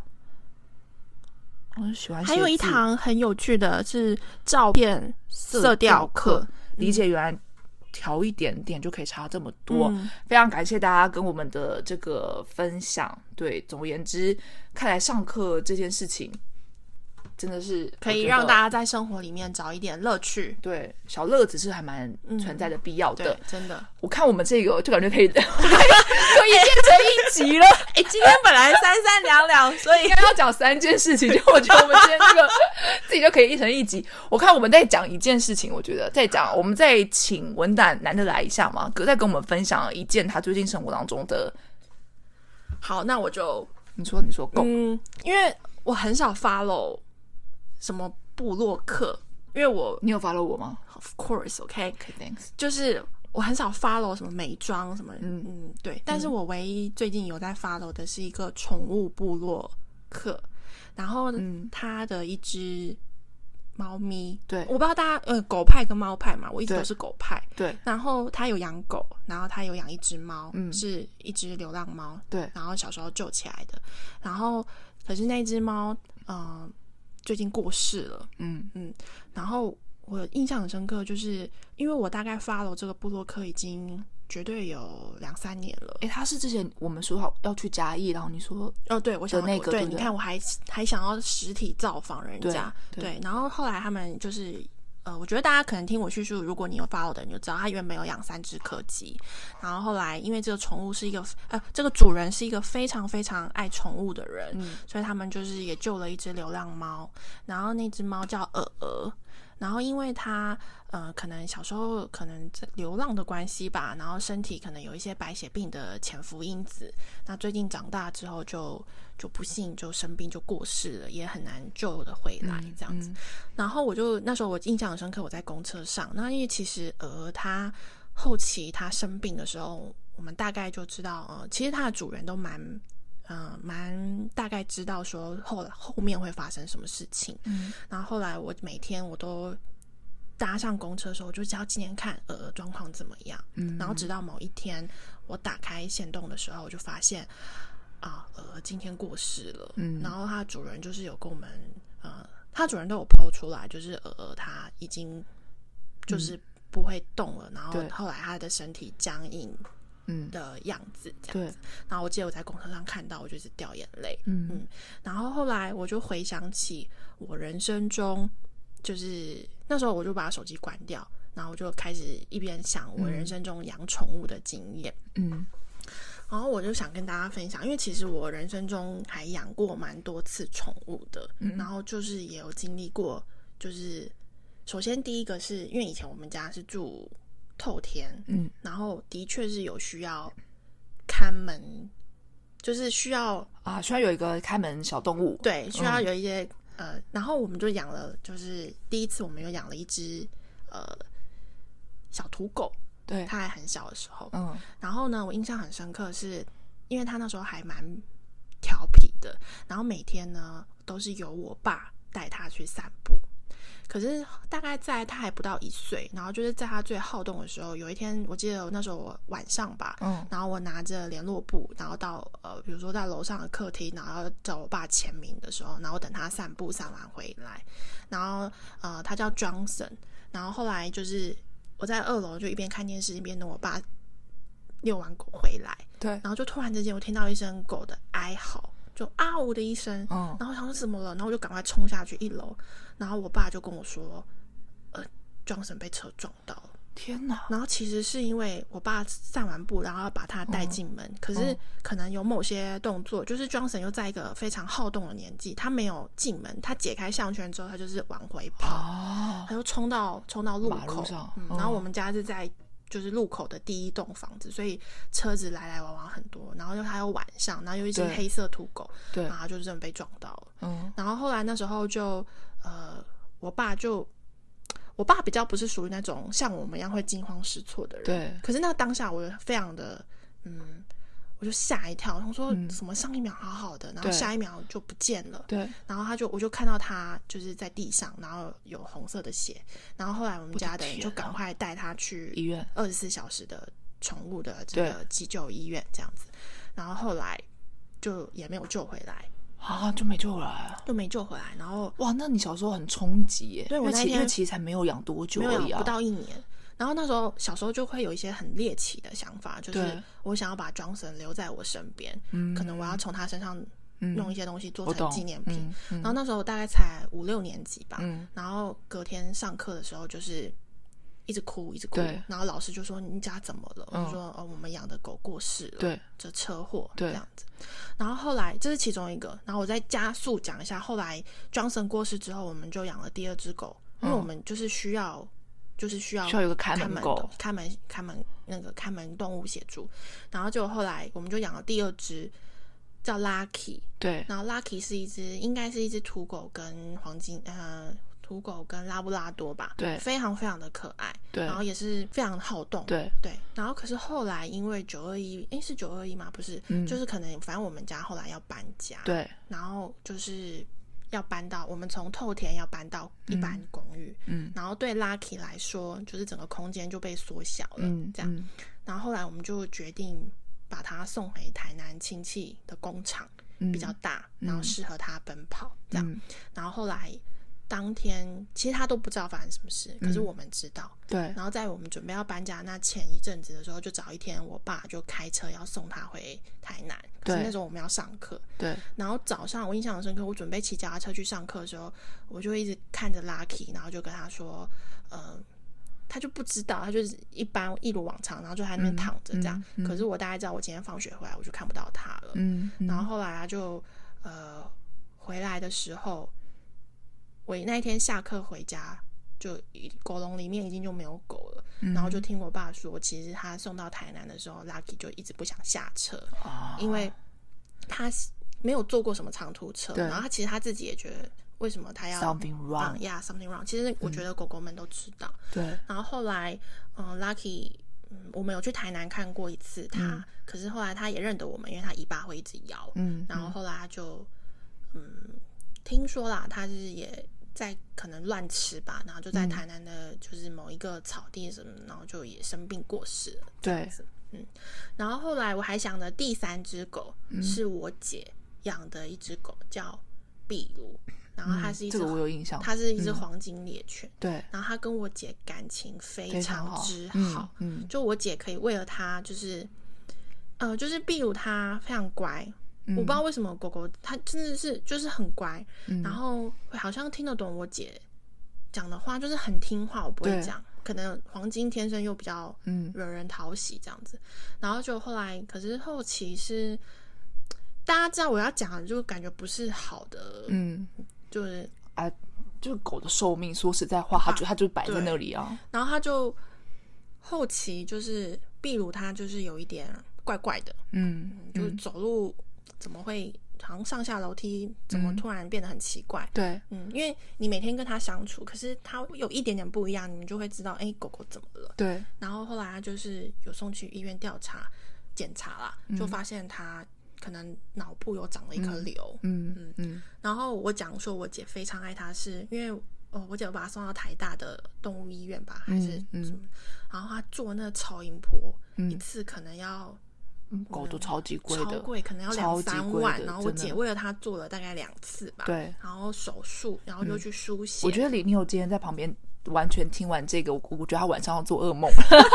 Speaker 1: 我很喜欢写字。
Speaker 2: 还有一堂很有趣的是照片色调课。
Speaker 1: 理解原来调一点点就可以差这么多。
Speaker 2: 嗯
Speaker 1: 非常感谢大家跟我们的这个分享。对，总而言之，看来上课这件事情真的是
Speaker 2: 可以让大
Speaker 1: 家
Speaker 2: 家在生活里面找一点乐趣，
Speaker 1: 对小乐子是还蛮存在的必要的。
Speaker 2: 嗯对，真的。
Speaker 1: 我看我们这个就感觉
Speaker 2: <laughs>
Speaker 1: 可以 <laughs> 就一变成一集了。
Speaker 2: 哎，今天本来三三两两，所以 <laughs>
Speaker 1: 应该要讲三件事情，就我觉得我们今天这个自己就可以一成一集。我看我们再讲一件事情，我觉得再讲，我们再请文胆男的来一下嘛，哥再跟我们分享一件他最近生活当中的，
Speaker 2: 好，那我就
Speaker 1: 你说你说够、
Speaker 2: 嗯，因为我很少 follow 什么部落客，因为我
Speaker 1: 你有 follow 我吗
Speaker 2: of course，OK，、
Speaker 1: ？OK，thanks、
Speaker 2: 就是我很少 follow 什么美妆什么，
Speaker 1: 嗯
Speaker 2: 嗯嗯，对。但是我唯一最近有在 follow 的是一个宠物部落客，然后
Speaker 1: 嗯
Speaker 2: 它的一只猫咪，
Speaker 1: 对
Speaker 2: 我不知道大家呃狗派跟猫派嘛，我一直
Speaker 1: 对
Speaker 2: 都是狗派。
Speaker 1: 对
Speaker 2: 然后它有养狗，然后它有养一只猫，
Speaker 1: 嗯
Speaker 2: 是一只流浪猫，
Speaker 1: 对，
Speaker 2: 然后小时候救起来的。然后可是那只猫，嗯、最近过世了。
Speaker 1: 嗯
Speaker 2: 然后我印象很深刻，就是因为我大概 follow 这个布洛克已经绝对有两三年了。
Speaker 1: 诶，他是之前我们说好要去嘉义，然后你说
Speaker 2: 哦，对，我想
Speaker 1: 有那个
Speaker 2: 我对，
Speaker 1: 对不对
Speaker 2: 你看我还还想要实体造访人家，
Speaker 1: 对对
Speaker 2: 然后后来他们就是。呃，我觉得大家可能听我叙述，如果你有 follow 的，你就知道他原本有养三只柯基，然后后来因为这个宠物是一个呃，这个主人是一个非常非常爱宠物的人，
Speaker 1: 嗯
Speaker 2: 所以他们就是也救了一只流浪猫，然后那只猫叫鹅鹅，然后因为它呃可能小时候可能这流浪的关系吧，然后身体可能有一些白血病的潜伏因子，那最近长大之后就就不幸就生病就过世了，也很难救的回来这样子。然后我就那时候我印象很深刻，我在公车上，那因为其实鹅它后期它生病的时候，我们大概就知道，呃，其实它的主人都蛮。嗯，蛮大概知道说后后面会发生什么事情。
Speaker 1: 嗯，
Speaker 2: 然后后来我每天我都搭上公车的时候，我就只要今天看鹅鹅状况怎么样。
Speaker 1: 嗯
Speaker 2: 然后直到某一天我打开线洞的时候，我就发现啊，鹅今天过世了。
Speaker 1: 嗯
Speaker 2: 然后它主人就是有跟我们呃，它主人都有剖出来，就是鹅鹅它已经就是不会动了，然后
Speaker 1: 嗯对
Speaker 2: 后来它的身体僵硬
Speaker 1: 嗯
Speaker 2: 的样子这样。
Speaker 1: 对，
Speaker 2: 然后我记得我在公车上看到，我就是掉眼泪。
Speaker 1: 嗯
Speaker 2: 嗯然后后来我就回想起我人生中，就是那时候我就把手机关掉，然后我就开始一边想我人生中养宠物的经验，
Speaker 1: 嗯
Speaker 2: 然后我就想跟大家分享，因为其实我人生中还养过蛮多次宠物的，然后就是也有经历过，就是首先第一个是因为以前我们家是住透天，
Speaker 1: 嗯，
Speaker 2: 然后的确是有需要看门，就是需要
Speaker 1: 啊，虽然有一个开门小动物，
Speaker 2: 对，需要有一些、呃，然后我们就养了，就是第一次我们又养了一只呃小土狗，
Speaker 1: 对，
Speaker 2: 它还很小的时候。
Speaker 1: 嗯
Speaker 2: 然后呢，我印象很深刻是，因为它那时候还蛮调皮的，然后每天呢都是由我爸带它去散步。可是大概在它还不到一岁，然后就是在它最好动的时候，有一天我记得那时候我晚上吧，
Speaker 1: 嗯
Speaker 2: 然后我拿着联络簿，然后到呃，比如说在楼上的客厅，然后找我爸签名的时候，然后等他散步散完回来，然后呃，他叫 Johnson，然后后来就是我在二楼就一边看电视一边等我爸遛完狗回来，
Speaker 1: 对，
Speaker 2: 然后就突然之间我听到一声狗的哀嚎，就啊呜的一声，
Speaker 1: 嗯
Speaker 2: 然后我想说怎么了，然后我就赶快冲下去一楼，然后我爸就跟我说，呃，Johnson 被车撞到了。
Speaker 1: 天哪！
Speaker 2: 然后其实是因为我爸散完步，然后把他
Speaker 1: 嗯
Speaker 2: 带进门，可是可能有某些动作，就是 Johnson 又在一个非常好动的年纪，他没有进门，他解开项圈之后，他就是往回跑，
Speaker 1: 哦，
Speaker 2: 他就冲到冲到路
Speaker 1: 马
Speaker 2: 口
Speaker 1: 路上
Speaker 2: 嗯
Speaker 1: 嗯
Speaker 2: 然后我们家是在就是路口的第一栋房子，所以车子来来往往很多，然后又还有晚上，然后又一只
Speaker 1: 对
Speaker 2: 黑色土狗，
Speaker 1: 对
Speaker 2: 然，后他就真的被撞到了。
Speaker 1: 嗯，
Speaker 2: 然后后来那时候就呃，我爸就我爸比较不是属于那种像我们一样会惊慌失措的人，。
Speaker 1: 对，
Speaker 2: 可是那当下我非常的嗯，我就吓一跳，我说
Speaker 1: 嗯
Speaker 2: 什么上一秒好好的，然后
Speaker 1: 对
Speaker 2: 下一秒就不见了。
Speaker 1: 对，
Speaker 2: 然后他就，我就看到他就是在地上，然后有红色的血。然后后来我们
Speaker 1: 我的
Speaker 2: 家的人
Speaker 1: 天
Speaker 2: 就
Speaker 1: 啊
Speaker 2: 赶快带他去
Speaker 1: 医院，
Speaker 2: 二十四小时的宠物的这
Speaker 1: 对
Speaker 2: 个急救医院这样子。然后后来就也没有救回来，
Speaker 1: 啊，就没救了。
Speaker 2: 就没救回来。然后
Speaker 1: 哇，那你小时候很冲击耶，
Speaker 2: 对我
Speaker 1: 因为
Speaker 2: 那
Speaker 1: 其
Speaker 2: 天
Speaker 1: 因为其实才没有养多久
Speaker 2: 没有
Speaker 1: 而已
Speaker 2: 养
Speaker 1: 啊
Speaker 2: 不，到一年。然后那时候小时候就会有一些很猎奇的想法，就是
Speaker 1: 对
Speaker 2: 我想要把 Johnson 留在我身边，
Speaker 1: 嗯
Speaker 2: 可能我要从他身上
Speaker 1: 嗯
Speaker 2: 弄一些东西做
Speaker 1: 我
Speaker 2: 成
Speaker 1: 懂
Speaker 2: 纪念品。，
Speaker 1: 嗯
Speaker 2: 然后那时候我大概才五六年级吧，
Speaker 1: 嗯
Speaker 2: 然后隔天上课的时候就是一直哭一直哭
Speaker 1: 对，
Speaker 2: 然后老师就说你家怎么了？
Speaker 1: 嗯
Speaker 2: 我就说哦，我们养的狗过世了，
Speaker 1: 对，
Speaker 2: 这车祸
Speaker 1: 对
Speaker 2: 这样子。然后后来这是其中一个，然后我再加速讲一下，后来 Johnson 过世之后，我们就养了第二只狗，因为
Speaker 1: 嗯
Speaker 2: 我们就是需要。就是需要
Speaker 1: 需要有个看
Speaker 2: 看
Speaker 1: 门
Speaker 2: 呃门
Speaker 1: 狗，
Speaker 2: 看门看门那个看门动物协助，然后就后来我们就养了第二只叫 Lucky，
Speaker 1: 对，
Speaker 2: 然后 Lucky 是一只，应该是一只土狗跟黄金呃土狗跟拉布拉多吧，
Speaker 1: 对
Speaker 2: 非常非常的可爱，
Speaker 1: 对
Speaker 2: 然后也是非常好动，
Speaker 1: 对，
Speaker 2: 然后可是后来因为九二一，诶是九二一吗？不是，
Speaker 1: 嗯
Speaker 2: 就是可能反正我们家后来要搬家，，
Speaker 1: 对，
Speaker 2: 然后就是要搬到我们从透田要搬到一般公寓，
Speaker 1: 嗯
Speaker 2: 然后对 Lucky 来说，就是整个空间就被缩小了，
Speaker 1: 嗯，
Speaker 2: 这样，
Speaker 1: 嗯
Speaker 2: 然后后来我们就决定把它送回台南亲戚的工厂。
Speaker 1: 嗯
Speaker 2: 比较大，然后适合他奔跑这样。
Speaker 1: 嗯
Speaker 2: 然后后来当天其实他都不知道发生什么事，可是
Speaker 1: 嗯
Speaker 2: 我们知道。
Speaker 1: 对，
Speaker 2: 然后在我们准备要搬家那前一阵子的时候，就找一天，我爸就开车要送他回台南。可是
Speaker 1: 对
Speaker 2: 那时候我们要上课，
Speaker 1: 对，
Speaker 2: 然后早上我印象很深刻，我准备骑脚踏车去上课的时候，我就一直看着 Lucky，然后就跟他说，呃，他就不知道，他就是一般一如往常，然后就在那边
Speaker 1: 嗯
Speaker 2: 躺着这样。
Speaker 1: 嗯嗯
Speaker 2: 可是我大概知道，我今天放学回来我就看不到他了。
Speaker 1: 嗯，嗯
Speaker 2: 然后后来他就呃回来的时候，我那一天下课回家，就一狗笼里面已经就没有狗了，
Speaker 1: 嗯
Speaker 2: 然后就听我爸说，其实他送到台南的时候，Lucky 就一直不想下车，
Speaker 1: 啊，
Speaker 2: 因为他是没有坐过什么长途车，
Speaker 1: 对
Speaker 2: 然后他其实他自己也觉得为什么他要
Speaker 1: something
Speaker 2: 绑
Speaker 1: wrong，嗯
Speaker 2: 呀 something wrong，其实我觉得狗狗们都知道，
Speaker 1: 对，
Speaker 2: 然后后来，嗯，Lucky，嗯，我们有去台南看过一次他，
Speaker 1: 嗯
Speaker 2: 可是后来他也认得我们，因为他尾巴会一直摇。
Speaker 1: 嗯，
Speaker 2: 然后后来他就，嗯，听说啦，他是也在可能乱吃吧，然后就
Speaker 1: 嗯
Speaker 2: 在台南的，就是某一个草地什么，然后就也生病过世了。
Speaker 1: 对，
Speaker 2: 然后后来我还想着第三只狗
Speaker 1: 嗯
Speaker 2: 是我姐养的一只狗，叫壁炉，然后它是一
Speaker 1: 嗯这
Speaker 2: 只
Speaker 1: 个，我有嗯印象，
Speaker 2: 它是一只黄金猎犬。
Speaker 1: 对，
Speaker 2: 然后他跟我姐感情非
Speaker 1: 非常
Speaker 2: 常
Speaker 1: 好
Speaker 2: 之，
Speaker 1: 嗯嗯
Speaker 2: 就我姐可以为了他，就是，呃，就是壁如他非常乖，我不知道为什么狗狗它真的是就是很乖，
Speaker 1: 嗯
Speaker 2: 然后好像听得懂我姐讲的话，就是很听话，我不会
Speaker 1: 对
Speaker 2: 讲，可能黄金天生又比较
Speaker 1: 嗯，
Speaker 2: 惹人讨喜这样子，然后就后来，可是后期是。大家知道我要讲的，就感觉不是好的，
Speaker 1: 嗯，
Speaker 2: 就是
Speaker 1: 就狗的寿命，说实在话，它就它就摆在那里啊，
Speaker 2: 然后他就后期就是壁炉，他就是有一点怪怪的，
Speaker 1: 嗯，
Speaker 2: 就是走路怎么会好像上下楼梯
Speaker 1: 嗯
Speaker 2: 怎么突然变得很奇怪？
Speaker 1: 对，
Speaker 2: 嗯，因为你每天跟他相处，可是他有一点点不一样，你们就会知道，哎，狗狗怎么了？
Speaker 1: 对，
Speaker 2: 然后后来他就是有送去医院调查检查啦，就发现他可能脑部有长了一颗瘤，
Speaker 1: 嗯嗯嗯
Speaker 2: 然后我讲说，我姐非常爱它，是因为哦，我姐有把它送到台大的动物医院吧，还是什么？
Speaker 1: 嗯
Speaker 2: 然后她坐那超音波，一
Speaker 1: 嗯
Speaker 2: 次可能要
Speaker 1: 嗯，狗都超级贵
Speaker 2: 啊超
Speaker 1: 的，
Speaker 2: 贵，可能要两
Speaker 1: 超级
Speaker 2: 三
Speaker 1: 贵
Speaker 2: 万。
Speaker 1: 的
Speaker 2: 然后我
Speaker 1: 真的
Speaker 2: 姐为了它做了大概两次吧，
Speaker 1: 对，嗯
Speaker 2: 然后手术，然后又去输血。
Speaker 1: 我觉得李宁友今天在旁边完全听完这个，我我觉得他晚上要做噩梦， <laughs>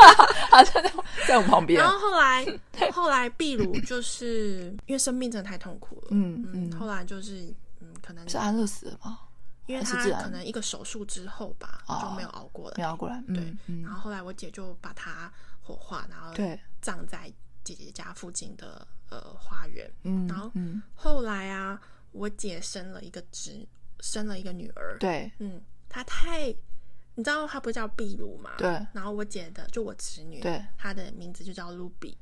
Speaker 1: 他在在我旁边
Speaker 2: 然，后后来， <laughs> 后来秘鲁就是因为生病真的太痛苦了，
Speaker 1: 嗯
Speaker 2: 嗯，
Speaker 1: 嗯，
Speaker 2: 后来就是嗯，可能
Speaker 1: 是安乐死的吗？
Speaker 2: 因为
Speaker 1: 还
Speaker 2: 他
Speaker 1: 是自然
Speaker 2: 可能一个手术之后吧，
Speaker 1: 哦
Speaker 2: 就没有熬过了。
Speaker 1: 瞄过来，
Speaker 2: 对
Speaker 1: 嗯，嗯
Speaker 2: 然后后来我姐就把它火化，然后
Speaker 1: 对，
Speaker 2: 葬在姐姐家附近的呃花园。
Speaker 1: 嗯，
Speaker 2: 然后
Speaker 1: 嗯，
Speaker 2: 后来啊，我姐生了一个侄，生了一个女儿。
Speaker 1: 对
Speaker 2: 嗯，她太，你知道她不是叫壁炉吗？
Speaker 1: 对
Speaker 2: 然后我姐的就我侄女，
Speaker 1: 对，
Speaker 2: 她的名字就叫卢比，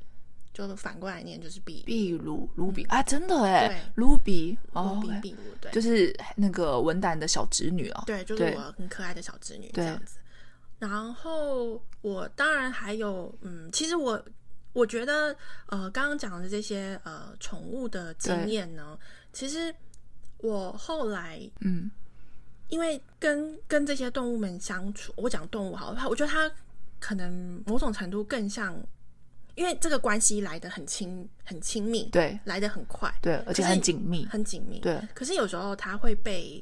Speaker 2: 就是反过来念就是壁
Speaker 1: 壁炉卢比啊，真的
Speaker 2: 嗯对
Speaker 1: 哎，卢比
Speaker 2: 卢
Speaker 1: 哦
Speaker 2: 比
Speaker 1: ，OK，
Speaker 2: 壁炉，对，
Speaker 1: 就是那个文旦的小侄女哦，
Speaker 2: 对，就是
Speaker 1: 对
Speaker 2: 我很可爱的小侄女这
Speaker 1: 对
Speaker 2: 样子。然后我当然还有，嗯，其实我我觉得，呃，刚刚讲的这些呃宠物的经
Speaker 1: 对
Speaker 2: 验呢，其实我后来
Speaker 1: 嗯，
Speaker 2: 因为跟跟这些动物们相处，我讲动物好了，我觉得它可能某种程度更像，因为这个关系来的很亲很亲密，，
Speaker 1: 对
Speaker 2: 来的很快，
Speaker 1: 对，而且
Speaker 2: 可是
Speaker 1: 很紧密，
Speaker 2: 很紧密，。
Speaker 1: 对
Speaker 2: 可是有时候它会被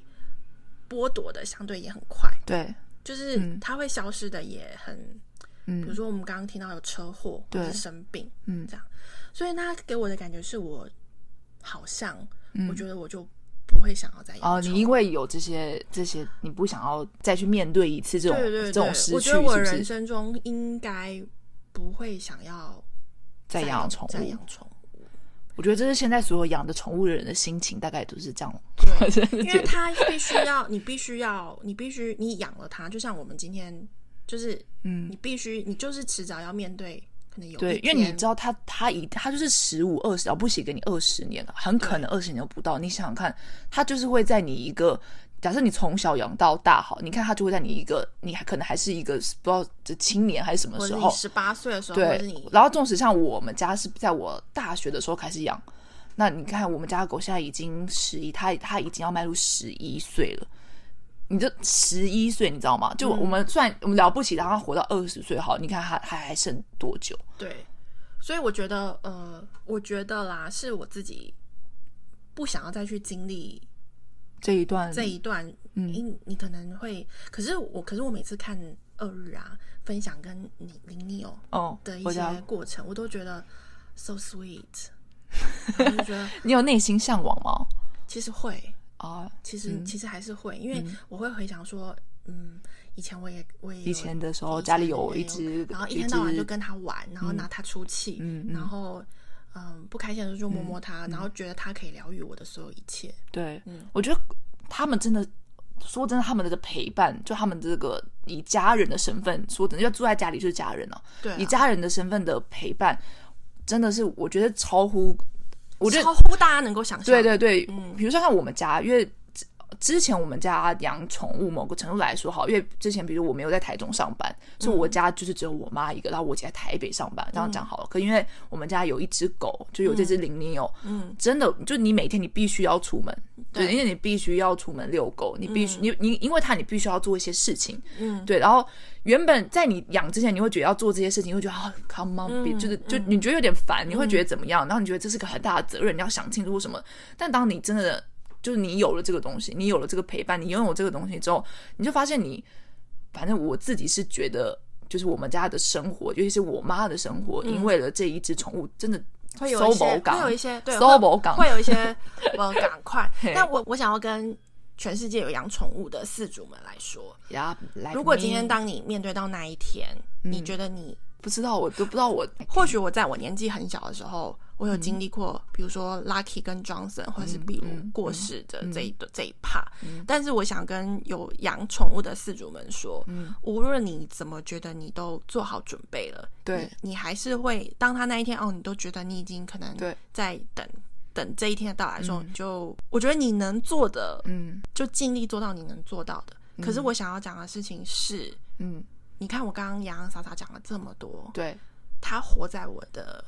Speaker 2: 剥夺的，相对也很快，
Speaker 1: 对，
Speaker 2: 就是
Speaker 1: 嗯
Speaker 2: 它会消失的也很，比如
Speaker 1: 嗯
Speaker 2: 说我们刚刚听到有车祸或
Speaker 1: 对
Speaker 2: 是生病，
Speaker 1: 嗯
Speaker 2: 这样，所以它给我的感觉是我好像、我
Speaker 1: 嗯。
Speaker 2: 觉得我就不会想要再养
Speaker 1: 哦，
Speaker 2: 宠
Speaker 1: 你因为有这些这些，你不想要再去面对一次这种
Speaker 2: 对对
Speaker 1: 这种
Speaker 2: 对
Speaker 1: 失
Speaker 2: 我
Speaker 1: 去，
Speaker 2: 觉
Speaker 1: 是
Speaker 2: 得我
Speaker 1: 不
Speaker 2: 人
Speaker 1: 是？
Speaker 2: 生中应该不会想要
Speaker 1: 再养宠
Speaker 2: 再
Speaker 1: 物，
Speaker 2: 养宠物，
Speaker 1: 我觉得这是现在所有养的宠物的人的心情，大概都是这样。 <laughs>
Speaker 2: 对，因为它必须要， <laughs> 你必须要，你必须，你养了它，就像我们今天就是，
Speaker 1: 嗯
Speaker 2: 你，必须，你就是迟早要面对，可能有
Speaker 1: 对
Speaker 2: 一，
Speaker 1: 因为你
Speaker 2: 天
Speaker 1: 知道他他一他就是十五二十，了不起给你二十年了，很可能二十年都不到。你想想看，他就是会在你一个假设你从小养到大好，你看他就会在你一个你还可能还是一个不知道这青年还是什么
Speaker 2: 或
Speaker 1: 时
Speaker 2: 者你
Speaker 1: 候，
Speaker 2: 十八岁的时候，或者
Speaker 1: 对
Speaker 2: 是你，
Speaker 1: 然后纵使像我们家是在我大学的时候开始养，那你看我们家的狗现在已经十一，它它已经要迈入十一岁了。你这十一岁，你知道吗？就
Speaker 2: 嗯
Speaker 1: 我们算、我们了不起，让它活到二十岁好，你看它它还剩多久？
Speaker 2: 对，所以我觉得，呃，我觉得啦，是我自己不想要再去经历
Speaker 1: 这一段
Speaker 2: 这一段，嗯，你可能会，可是我，可是我每次看二日啊分享跟你林尼哦
Speaker 1: 哦
Speaker 2: 的，一
Speaker 1: 我知道
Speaker 2: 些过程，我都觉得 so
Speaker 1: <laughs>
Speaker 2: sweet，我就觉得
Speaker 1: 你有内心向往吗？
Speaker 2: 其实会，
Speaker 1: 啊，
Speaker 2: 其实、其实还是会，因为我会回想说，嗯，以前我也我也有
Speaker 1: 嗯以前的时候
Speaker 2: 以前
Speaker 1: 家里有
Speaker 2: 也
Speaker 1: 一只
Speaker 2: 然后一
Speaker 1: 一
Speaker 2: 天到晚
Speaker 1: 只
Speaker 2: 就跟它玩，然后拿它出气，
Speaker 1: 嗯嗯
Speaker 2: 然后嗯不开心的时候就摸摸它，然后觉得它可以疗愈我的所有一切，
Speaker 1: 对，
Speaker 2: 嗯
Speaker 1: 我觉得他们真的，说真的，他们的陪伴，就他们这个以家人的身份，说真的，要住在家里就是家人了、
Speaker 2: 对啊、
Speaker 1: 以家人的身份的陪伴，真的是我觉得超乎，我觉得
Speaker 2: 超嗯乎大家能够想象，
Speaker 1: 对对对，比如说像我们家，因为之之前我们家养宠物，某个程度来说好，因为之前比如我没有在台中上班，所以我家就是只有我妈一个，然后我姐在台北上
Speaker 2: 嗯
Speaker 1: 班，这样讲好了。可因为我们家有一只狗，就有这只玲玲哦，
Speaker 2: 嗯，
Speaker 1: 真的，就你每天你必须要出门，
Speaker 2: 对
Speaker 1: 对，因为你必须要出门遛狗，你必须、你你因为它你必须要做一些事情，
Speaker 2: 嗯，
Speaker 1: 对。然后原本在你养之前，你会觉得要做这些事情，你会觉得啊，come on，
Speaker 2: 嗯
Speaker 1: 别、就是就你觉得有点烦，你会觉得怎么样？然后你觉得这是个很大的责任，你要想清楚什么。但当你真的就是你有了这个东西，你有了这个陪伴，你拥有这个东西之后，你就发现你，反正我自己是觉得，就是我们家的生活，尤其是我妈的生活，
Speaker 2: 嗯
Speaker 1: 因为了这一只宠物，真的
Speaker 2: 会有
Speaker 1: 搜
Speaker 2: 一些
Speaker 1: 狗
Speaker 2: 会
Speaker 1: 港
Speaker 2: 有一些对
Speaker 1: 搜
Speaker 2: 会
Speaker 1: 狗港
Speaker 2: 会有一些
Speaker 1: <laughs>
Speaker 2: 呃赶快
Speaker 1: 嘿。
Speaker 2: 那我我想要跟全世界有养宠物的饲主们来说，
Speaker 1: 呀。like
Speaker 2: 如果
Speaker 1: me
Speaker 2: 今天当你面对到那一天，你
Speaker 1: 嗯
Speaker 2: 觉得你
Speaker 1: 不知道，我都不知道我
Speaker 2: 或许我在我年纪很小的时候，我有
Speaker 1: 嗯
Speaker 2: 经历过，比如说 Lucky 跟 Johnson 或者是比如过
Speaker 1: 嗯
Speaker 2: 世的这一、这一趴、但是我想跟有养宠物的饲主们说，
Speaker 1: 嗯
Speaker 2: 无论你怎么觉得你都做好准备了，
Speaker 1: 对
Speaker 2: 你，你还是会当他那一天哦，你都觉得你已经可能
Speaker 1: 对
Speaker 2: 在等。等这一天的到来的时候，你就我觉得你能做的，
Speaker 1: 嗯
Speaker 2: 就尽力做到你能做到的。可是我想要讲的事情是，
Speaker 1: 嗯
Speaker 2: 你看我刚刚洋洋洒洒讲了这么多，
Speaker 1: 对
Speaker 2: 它活在我的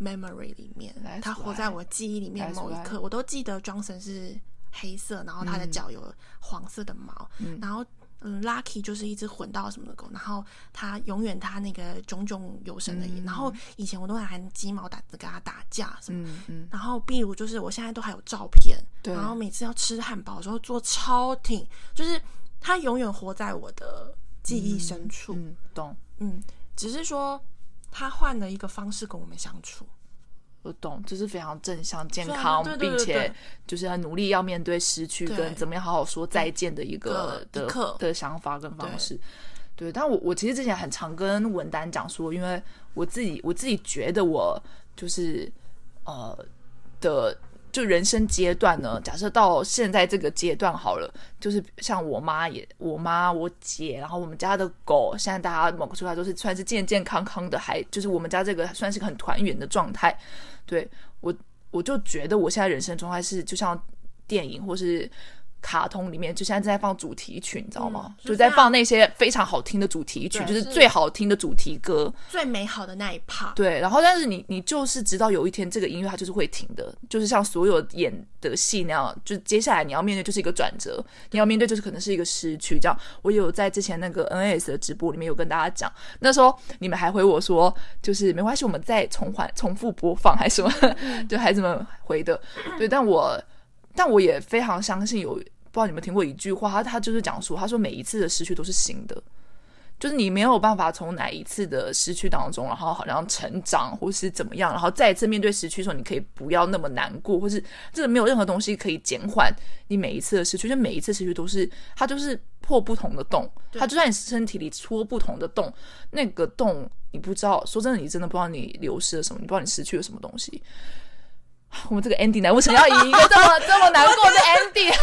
Speaker 2: memory 里面
Speaker 1: That's，
Speaker 2: 它活
Speaker 1: right
Speaker 2: 在我记忆里面
Speaker 1: That's
Speaker 2: 某一刻，我都记得 Johnson 是黑色，然后它的脚有黄色的毛，然后。嗯，Lucky 就是一只混到什么的狗，然后它永远它那个炯炯有神
Speaker 1: 嗯
Speaker 2: 的眼，然后以前我都拿鸡毛掸子跟它打架什么，
Speaker 1: 嗯嗯
Speaker 2: 然后比如就是我现在都还有照片，
Speaker 1: 对
Speaker 2: 然后每次要吃汉堡的时候做超挺，就是它永远活在我的记忆深处，
Speaker 1: 嗯，懂
Speaker 2: 嗯，只是说他换了一个方式跟我们相处，
Speaker 1: 我懂，就是非常正向、健
Speaker 2: 对啊
Speaker 1: 康，
Speaker 2: 对对
Speaker 1: 并
Speaker 2: 对对
Speaker 1: 且就是很努力要面对失去，
Speaker 2: 对
Speaker 1: 跟怎么样好好说再见的一个
Speaker 2: 一个
Speaker 1: 的
Speaker 2: 一刻
Speaker 1: 的想法跟方式。对，但我我其实之前很常跟文丹讲说，因为我自己我自己觉得我就是呃的就人生阶段呢，假设到现在这个阶段好了，就是像我妈也，我妈我姐，然后我们家的狗，现在大家某个说法都是算是健健康康的，还就是我们家这个算是个很团圆的状态。对我，我就觉得我现在人生状态是就像电影或是。卡通里面就现在正在放主题曲，你知道吗？
Speaker 2: 嗯
Speaker 1: 就
Speaker 2: 就
Speaker 1: 在
Speaker 2: 非常
Speaker 1: 放那些非常好听的主题曲，
Speaker 2: 对
Speaker 1: 就是
Speaker 2: 是
Speaker 1: 最好听的主题歌。
Speaker 2: 最美好的那一 part。
Speaker 1: 对，然后但是你你就是直到有一天这个音乐它就是会停的，就是像所有演的戏那样，就是接下来你要面对就是一个转折，你要面对就是可能是一个失去。这样，我也有在之前那个 NS 的直播里面有跟大家讲，那时候你们还回我说，就是没关系，我们再重缓重复播放还是什么，就孩子们回的，对，但我但我也非常相信有。不知道你们听过一句话，他他就是讲说，他说每一次的失去都是新的，就是你没有办法从哪一次的失去当中，然后好像成长或是怎么样，然后再一次面对失去的时候，你可以不要那么难过，或是这个没有任何东西可以减缓你每一次的失去，就每一次失去都是它就是破不同的洞，
Speaker 2: 对
Speaker 1: 它就在你身体里戳不同的洞，那个洞你不知道，说真的，你真的不知道你流失了什么，你不知道你失去了什么东西。我们这个 ending 呢，为什么要以一个这
Speaker 2: <laughs>
Speaker 1: 么这么难过的 ending？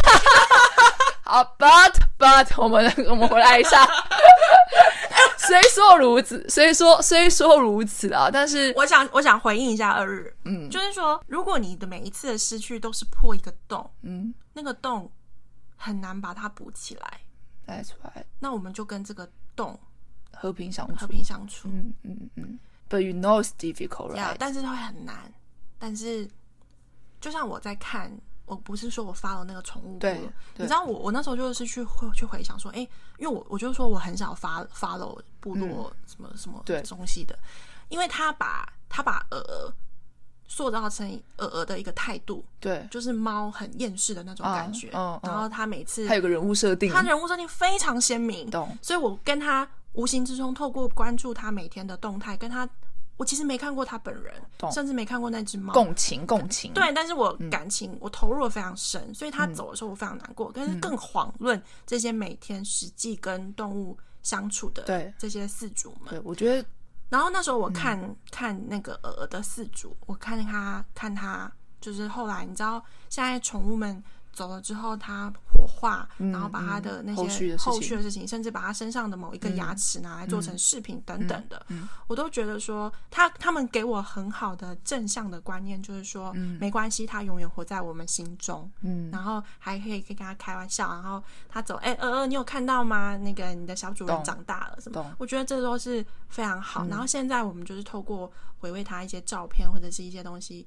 Speaker 1: 好，but but，我们我们回来一
Speaker 2: <laughs>
Speaker 1: 下。虽说如此，虽说虽说如此啊，但是
Speaker 2: 我想，我想回应一下二日，嗯，就是说，如果你的每一次的失去都是破一个洞，
Speaker 1: 嗯
Speaker 2: 那个洞很难把它补起来，
Speaker 1: 带出来
Speaker 2: 那我们就跟这个洞
Speaker 1: 和平相
Speaker 2: 和
Speaker 1: 处。
Speaker 2: 平相处，
Speaker 1: 嗯嗯嗯。But you know it's difficult,
Speaker 2: 呀
Speaker 1: right?，
Speaker 2: 但是它会很难。但是就像我在看，我不是说我发了那个宠物
Speaker 1: 对
Speaker 2: 歌
Speaker 1: 对
Speaker 2: 你知道我我那时候就是去回去回想说，哎、因为我我就说我很少发 follow 部落什么、什么
Speaker 1: 嗯对
Speaker 2: 东西的，因为他把他把鹅塑造成鹅鹅的一个态度，
Speaker 1: 对，
Speaker 2: 就是猫很厌世的那种感觉，
Speaker 1: 嗯嗯嗯
Speaker 2: 然后他每次
Speaker 1: 还有个人物设定，
Speaker 2: 他人物设定非常鲜明，
Speaker 1: 懂
Speaker 2: 所以我跟他无形之中透过关注他每天的动态，跟他我其实没看过他本人
Speaker 1: 懂，
Speaker 2: 甚至没看过那只猫。
Speaker 1: 共情共情。
Speaker 2: 哦对，但是我感情、我投入的非常深，所以他走的时候我非常难过，但是更遑论这些每天实际跟动物相处
Speaker 1: 对
Speaker 2: 的这些饲主们。
Speaker 1: 对，我觉得
Speaker 2: 然后那时候我看、
Speaker 1: 嗯
Speaker 2: 看那个鹅的饲主，我看他看他，就是后来你知道，现在宠物们走了之后，它火化，然后把它的那些
Speaker 1: 嗯后续的事情
Speaker 2: 的事情，甚至把它身上的某一个牙齿拿来做成饰品等等的，
Speaker 1: 嗯
Speaker 2: 我都觉得说，他他们给我很好的正向的观念，就是说，
Speaker 1: 嗯
Speaker 2: 没关系，它永远活在我们心中，嗯，然后还可以跟他开玩笑，然后它走，哎、鹅鹅，你有看到吗？那个你的小主
Speaker 1: 懂
Speaker 2: 人长大了什么？
Speaker 1: 懂
Speaker 2: 我觉得这都是非常
Speaker 1: 嗯
Speaker 2: 好。然后现在我们就是透过回味他一些照片或者是一些东西，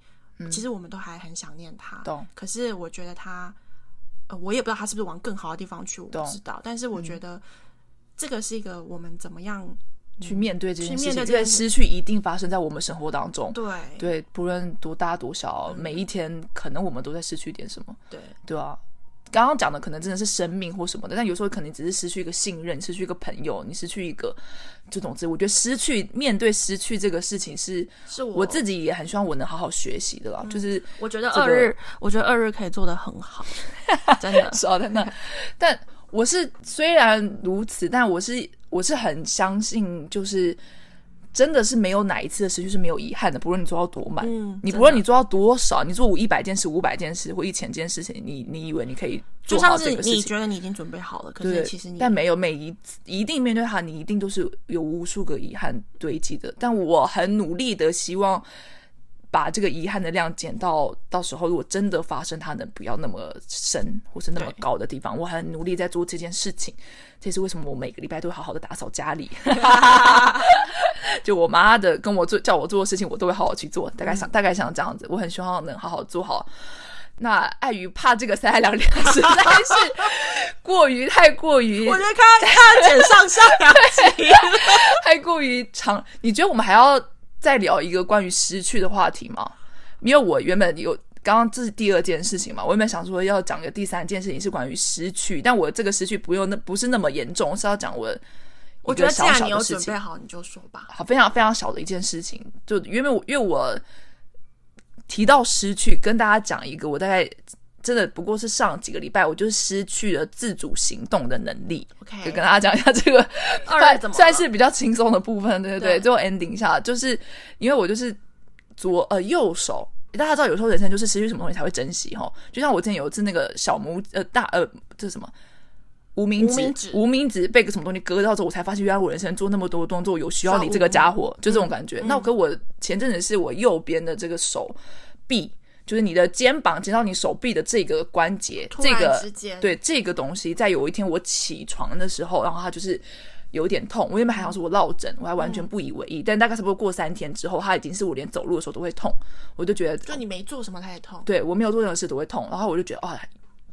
Speaker 2: 其实我们都还很想念他。
Speaker 1: 嗯懂
Speaker 2: 可是我觉得他，呃，我也不知道他是不是往更好的地方去，我不
Speaker 1: 懂嗯
Speaker 2: 知道。但是我觉得这个是一个我们怎么样
Speaker 1: 去面对这件事
Speaker 2: 嗯去
Speaker 1: 情，
Speaker 2: 面
Speaker 1: 这
Speaker 2: 对这
Speaker 1: 个
Speaker 2: 件
Speaker 1: 失去一定发生在我们生活当中。
Speaker 2: 对
Speaker 1: 对，不论多大多小，每一天可能我们都在失去一点什么。
Speaker 2: 对
Speaker 1: 对啊，刚刚讲的可能真的是生命或什么的，但有时候可能只是失去一个信任，失去一个朋友，你失去一个，就总之，我觉得失去面对失去这个事情是，
Speaker 2: 是我
Speaker 1: 我自己也很希望我能好好学习的啦，就是
Speaker 2: 我觉得
Speaker 1: 这个
Speaker 2: 二日，我觉得二日可以做的很
Speaker 1: <laughs>
Speaker 2: 好，真的。
Speaker 1: 少在那，但我是虽然如此，但我是我是很相信，就是真的是没有哪一次的失去是没有遗憾的，不论你做到多满，
Speaker 2: 嗯
Speaker 1: 你
Speaker 2: 真
Speaker 1: 不论
Speaker 2: 的
Speaker 1: 你做到多少，你做五一百件事、五百件事或一千件事情，你你以为你可以
Speaker 2: 就
Speaker 1: 做好
Speaker 2: 像是
Speaker 1: 这个事
Speaker 2: 你
Speaker 1: 情。
Speaker 2: 觉得你已经准备好了，可
Speaker 1: 对，
Speaker 2: 是其实你
Speaker 1: 但没有每一次一定面对它，你一定都是有无数个遗憾堆积的。但我很努力的希望把这个遗憾的量减到，到时候如果真的发生，它能不要那么深或是那么
Speaker 2: 对
Speaker 1: 高的地方。我很努力在做这件事情，这也是为什么我每个礼拜都会好好的打扫家
Speaker 2: <laughs>
Speaker 1: 里。 <laughs> 就我妈的跟我做叫我做的事情，我都会好好去做。大概
Speaker 2: 嗯
Speaker 1: 想、大概想这样子，我很希望能好好做好。那碍于怕这个三两两实在是过于太过于
Speaker 2: 我觉得看看剪
Speaker 1: <laughs>
Speaker 2: 上下两集，
Speaker 1: 太过于长，你觉得我们还要再聊一个关于失去的话题吗？因为我原本有刚刚这是第二件事情嘛，我原本想说要讲个第三件事情是关于失去，但我这个失去不用那不是那么严重，是要讲我
Speaker 2: 我
Speaker 1: 一
Speaker 2: 觉
Speaker 1: 个
Speaker 2: 得既
Speaker 1: 小
Speaker 2: 然
Speaker 1: 小
Speaker 2: 你
Speaker 1: 的
Speaker 2: 有
Speaker 1: 事
Speaker 2: 准
Speaker 1: 情
Speaker 2: 备。好，你就说吧。
Speaker 1: 好，非常非常小的一件事情，就因为我因为我提到失去，跟大家讲一个，我大概真的不过是上几个礼拜，我就失去了自主行动的能力。
Speaker 2: OK
Speaker 1: 就跟大家讲一下这个，
Speaker 2: 二
Speaker 1: 算
Speaker 2: 怎么了
Speaker 1: 算是比较轻松的部分，对对对，
Speaker 2: 对
Speaker 1: 最后 ending 一下，就是因为我就是左呃右手。大家知道，有时候人生就是失去什么东西才会珍惜吼。就像我之前有一次那个小拇呃大呃这是什么无名指
Speaker 2: 无名指
Speaker 1: 无名指被个什么东西割掉之后，我才发现原来我人生做那么多动作有需要你这个家
Speaker 2: 嗯
Speaker 1: 伙，就这种感觉。那我跟我前阵子是我右边的这个手臂，就是你的肩膀接到你手臂的这个关节，
Speaker 2: 突
Speaker 1: 这
Speaker 2: 然
Speaker 1: 个
Speaker 2: 之间
Speaker 1: 对这个东西，在有一天我起床的时候，然后它就是。有一点痛，我原本还想说我落枕，我还完
Speaker 2: 嗯
Speaker 1: 全不以为意，但大概差不多过三天之后，它已经是我连走路的时候都会痛，我就觉得
Speaker 2: 就你没做什么，它也痛，
Speaker 1: 对我没有做任何事都会痛，然后我就觉得啊、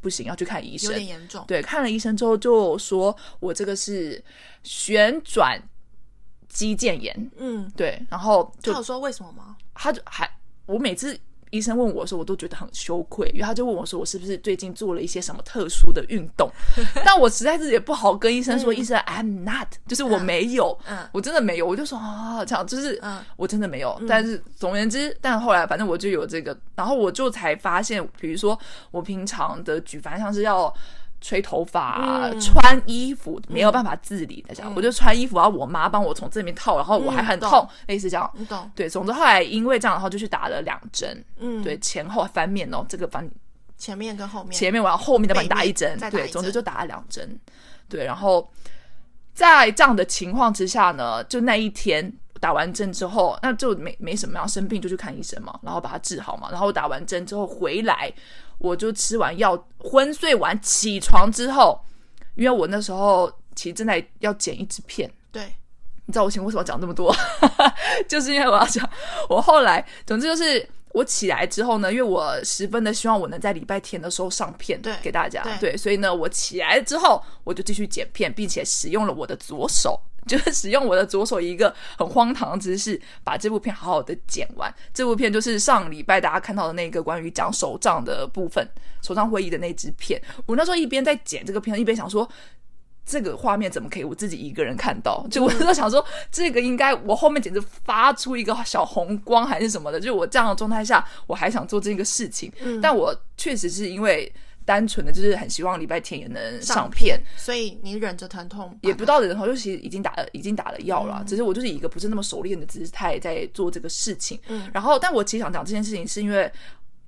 Speaker 1: 不行，要去看医
Speaker 2: 有
Speaker 1: 生
Speaker 2: 点。严重。
Speaker 1: 对，看了医生之后就说我这个是旋转肌腱炎，
Speaker 2: 嗯，
Speaker 1: 对，然后
Speaker 2: 他
Speaker 1: 就
Speaker 2: 有说为什么吗？
Speaker 1: 他就还我每次医生问我的时候，我都觉得很羞愧，因为他就问我说我是不是最近做了一些什么特殊的运
Speaker 2: <laughs>
Speaker 1: 动，但我实在是也不好跟医生说，医生 I'm not，就是我没有，
Speaker 2: 嗯
Speaker 1: 我真的没有，我就说啊这样，就是、
Speaker 2: 嗯
Speaker 1: 我真的没有，但是总而言之，但后来反正我就有这个，然后我就才发现，比如说我平常的举凡像是要。吹头发、啊
Speaker 2: 嗯
Speaker 1: 穿衣服没有办法自理，大家、我就穿衣服，然后我妈帮我从这边套，然后我还
Speaker 2: 嗯
Speaker 1: 很
Speaker 2: 懂
Speaker 1: 痛，类似这样。
Speaker 2: 你懂？
Speaker 1: 对，总之后来因为这样，然后就去打了两针，
Speaker 2: 嗯，
Speaker 1: 对，，前后翻面哦，这个翻
Speaker 2: 前面跟后面，
Speaker 1: 前面我要后面再帮你
Speaker 2: 背面
Speaker 1: 打一针，
Speaker 2: 再打
Speaker 1: 对，
Speaker 2: 一针
Speaker 1: 总之就打了两针，对，然后在这样的情况之下呢，就那一天打完针之后，那就没没什么样生病就去看医生嘛，然后把它治好嘛，然后打完针之后回来，我就吃完药昏睡完起床之后，因为我那时候其实正在要剪一支片。
Speaker 2: 对，
Speaker 1: 你知道我前为什么要讲这么多？ <laughs> 就是因为我要讲，我后来，总之就是我起来之后呢，因为我十分的希望我能在礼拜天的时候上片
Speaker 2: 对
Speaker 1: 给大家，
Speaker 2: 对
Speaker 1: 所以呢，我起来之后我就继续剪片，并且使用了我的左手。就是 <laughs> 使用我的左手一个很荒唐的姿势，把这部片好好的剪完。这部片就是上礼拜大家看到的那个关于讲手账的部分，手账会议的那支片。我那时候一边在剪这个片，一边想说，这个画面怎么可以我自己一个人看到？就我在想说，这个应该我后面简直发出一个小红光还是什么的，就我这样的状态下，我还想做这个事情，但我确实是因为单纯的就是很希望礼拜天也能上片，
Speaker 2: 所以你忍着疼痛，
Speaker 1: 也不到的人头，就其实已经打了，已经打了药了啊、
Speaker 2: 嗯
Speaker 1: 只是我就是以一个不是那么熟练的姿态在做这个事情。
Speaker 2: 嗯
Speaker 1: 然后，但我其实想讲这件事情，是因为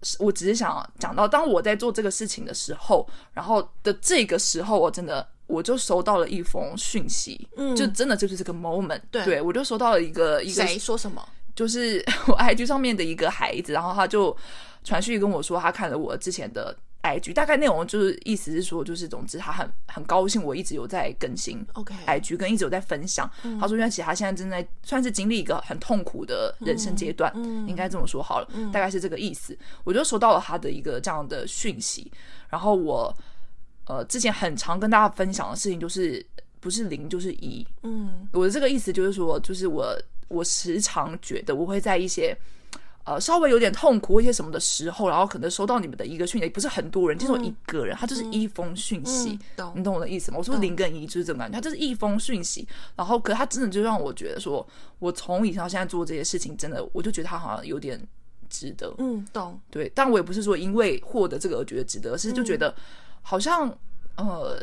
Speaker 1: 是我只是想讲到，当我在做这个事情的时候，然后的这个时候，我真的我就收到了一封讯息，
Speaker 2: 嗯
Speaker 1: 就真的就是这个 moment，
Speaker 2: 对
Speaker 1: 我就收到了一个一个
Speaker 2: 谁说什么？
Speaker 1: 就是 <laughs> 我 IG 上面的一个孩子，然后他就传讯息跟我说，他看了我之前的 IG，大概内容就是意思是说，就是总之他很很高兴我一直有在更新
Speaker 2: OK
Speaker 1: IG 跟一直有在分享。他说，因为其实他现在正在算是经历一个很痛苦的人生阶段，应该这么说好了，大概是这个意思。我就收到了他的一个这样的讯息，然后我呃之前很常跟大家分享的事情就是。不是零就是一，
Speaker 2: 嗯，
Speaker 1: 我的这个意思就是说，就是我我时常觉得我会在一些呃稍微有点痛苦或一些什么的时候，然后可能收到你们的一个讯息，不是很多人，就是我一个人，他就是一封讯息。
Speaker 2: 嗯懂
Speaker 1: 你懂我的意思吗？我说零跟一就是这种感觉，他就是一封讯息，然后可他真的就让我觉得说，我从以前到现在做这些事情，真的我就觉得他好像有点值得，
Speaker 2: 嗯，懂，
Speaker 1: 对，但我也不是说因为获得这个而觉得值得，是就
Speaker 2: 嗯
Speaker 1: 觉得好像、呃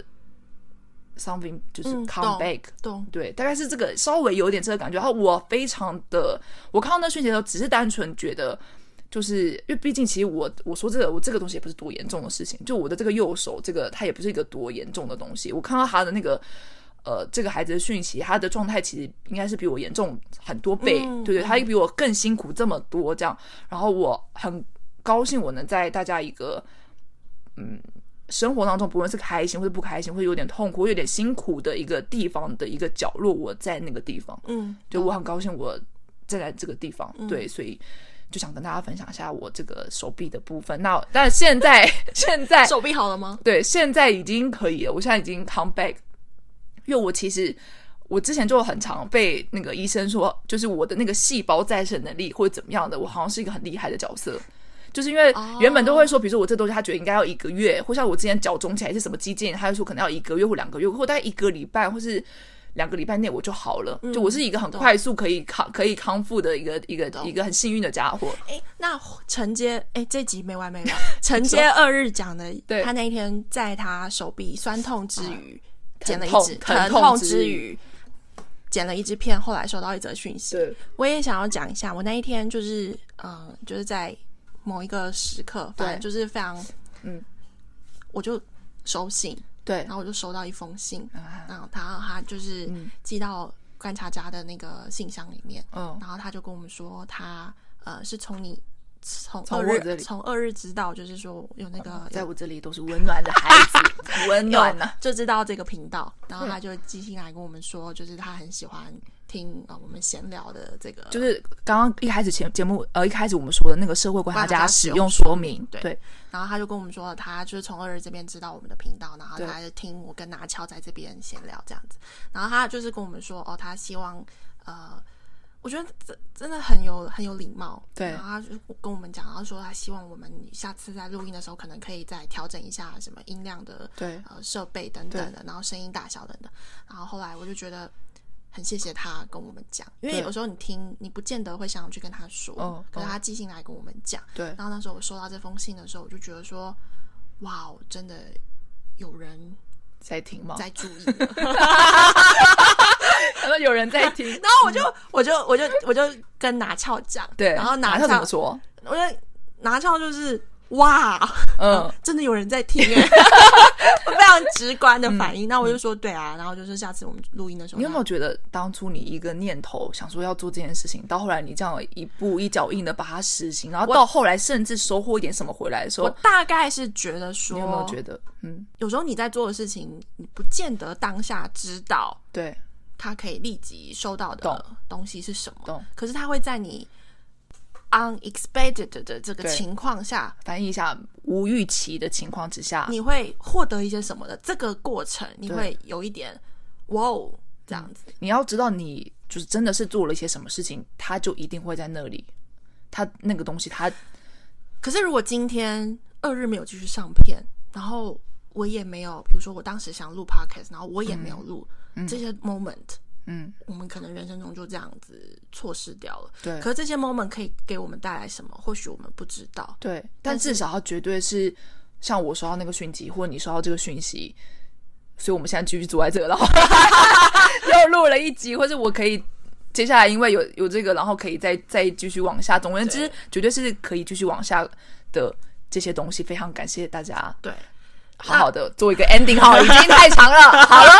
Speaker 1: something 就是
Speaker 2: 嗯
Speaker 1: come
Speaker 2: 懂
Speaker 1: back，、
Speaker 2: 懂，
Speaker 1: 对，大概是这个稍微有点这个感觉。然后我非常的，我看到那讯息的时候，只是单纯觉得，就是因为毕竟其实我我说这个我这个东西也不是多严重的事情，就我的这个右手这个它也不是一个多严重的东西。我看到他的那个。呃，这个孩子的讯息，他的状态其实应该是比我严重很多倍，
Speaker 2: 嗯
Speaker 1: 对对，他比我更辛苦这么多这样。然后我很高兴，我能在大家一个生活当中，不论是开心或者不开心，或者有点痛苦、有点辛苦的一个地方的一个角落，我在那个地方，
Speaker 2: 嗯，
Speaker 1: 就我很高兴我站在这个地方，对，所以就想跟大家分享一下我这个手臂的部分。那但现在 <laughs> 现在
Speaker 2: 手臂好了吗？
Speaker 1: 对现在已经可以了，我现在已经 come back，因为我其实。我之前就很常被那个医生说，就是我的那个细胞再生能力或者怎么样的，我好像是一个很厉害的角色，就是因为原本都会说，比如说我这东西，他觉得应该要一个月，或像我之前脚肿起来是什么肌腱，他就说可能要一个月或两个月，或大概一个礼拜，或是两个礼拜内我就好了，就我是一个很快速可以康可以康复的一个一个一个很幸运的家伙。
Speaker 2: 哎，那承接哎这集没完
Speaker 1: <laughs>
Speaker 2: 没了，承接二日讲的，
Speaker 1: 对啊
Speaker 2: 他那一天在他手臂酸痛之余，捡了一
Speaker 1: 疼
Speaker 2: 只
Speaker 1: 痛
Speaker 2: 疼
Speaker 1: 疼
Speaker 2: 痛
Speaker 1: 痛
Speaker 2: 之
Speaker 1: 之
Speaker 2: 余
Speaker 1: 余，
Speaker 2: 捡了一支片，后来收到一则讯息，
Speaker 1: 对，
Speaker 2: 我也想要讲一下，我那一天就是，嗯、就是在某一个时刻，
Speaker 1: 对
Speaker 2: 反正就是非常，
Speaker 1: 嗯，
Speaker 2: 我就收信，
Speaker 1: 对
Speaker 2: 然，后我就收到一封信，
Speaker 1: 啊
Speaker 2: 然后他他就是
Speaker 1: 嗯
Speaker 2: 寄到观察家的那个信箱里面，
Speaker 1: 嗯，
Speaker 2: 然后他就跟我们说他，呃是从你从
Speaker 1: 从
Speaker 2: 二
Speaker 1: 我这
Speaker 2: 日
Speaker 1: 里嗯
Speaker 2: 从二日知道，就是说有那个
Speaker 1: 在我这里都是温暖的孩子，温暖啊呐、
Speaker 2: 就知道这个频道，然后他就寄信来跟我们说，就是他很喜欢听呃我们闲聊的这个，
Speaker 1: 就是刚刚一开始前节目呃一开始我们说的那个社会观察家使用说明，
Speaker 2: 对
Speaker 1: 对
Speaker 2: 然后他就跟我们说，他就是从二日这边知道我们的频道，然后
Speaker 1: 对
Speaker 2: 他就听我跟拿乔在这边闲聊这样子，然后他就是跟我们说，哦，他希望呃，我觉得真真的很有很有礼貌，
Speaker 1: 对
Speaker 2: 然后他就跟我们讲，然后说他希望我们下次在录音的时候，可能可以再调整一下什么音量的
Speaker 1: 对
Speaker 2: 呃设备等等的，然后声音大小等等，然后后来我就觉得。很谢谢他跟我们讲，因为
Speaker 1: 对
Speaker 2: 有时候你听，你不见得会想要去跟他说，
Speaker 1: 嗯
Speaker 2: 可是
Speaker 1: 嗯
Speaker 2: 他寄信来跟我们讲，
Speaker 1: 对
Speaker 2: 然后那时候我收到这封信的时候，我就觉得说，哇，哦，真的有人
Speaker 1: 在听吗？
Speaker 2: 在注意了。
Speaker 1: 他们有人在听，
Speaker 2: <laughs>
Speaker 1: <laughs>
Speaker 2: 然后我就我就我就我就跟拿翘讲，
Speaker 1: 对，
Speaker 2: 然后拿
Speaker 1: 他怎么说？
Speaker 2: 我就拿翘就是哇，
Speaker 1: 嗯，
Speaker 2: 真的有人在听
Speaker 1: <laughs>
Speaker 2: 哎，我非常直观的反应。那我就说对啊，然后就是下次我们录音的时候，
Speaker 1: 嗯你有没有觉得当初你一个念头想说要做这件事情，到后来你这样一步一脚印的把它实行，然后到后来甚至收获一点什么回来的时
Speaker 2: 我
Speaker 1: 候，
Speaker 2: 大概是觉得说，
Speaker 1: 你有没有觉得？嗯，
Speaker 2: 有时候你在做的事情，你不见得当下知道，
Speaker 1: 对，
Speaker 2: 他可以立即收到的
Speaker 1: 懂
Speaker 2: 东西是什么
Speaker 1: 懂。
Speaker 2: 可是他会在你 unexpected 的这个
Speaker 1: 对
Speaker 2: 情况下，
Speaker 1: 翻译一下无预期的情况之下，
Speaker 2: 你会获得一些什么的这个过程，你
Speaker 1: 对嗯
Speaker 2: 会有一点哇哦这样子。
Speaker 1: 你要知道，你就是真的是做了一些什么事情，它就一定会在那里。它那个东西，它
Speaker 2: 可是如果今天二日没有继续上片，然后我也没有，比如说我当时想录 podcast，然后我也没有录、这些 moment，
Speaker 1: 嗯，
Speaker 2: 我们可能人生中就这样子错失掉了。
Speaker 1: 对
Speaker 2: 可是这些 moment 可以给我们带来什么？或许我们不知道。
Speaker 1: 对，但至少它绝对是像我收到那个讯息，或者你收到这个讯息，所以我们现在继续坐在这了， <laughs> 又录了一集，或者我可以接下来因为有有这个，然后可以再再继续往下。总而言之
Speaker 2: 对，
Speaker 1: 绝对是可以继续往下的这些东西。非常感谢大家，
Speaker 2: 对，
Speaker 1: 好好的做一个 ending 好了，已经太长了， <laughs> 好了。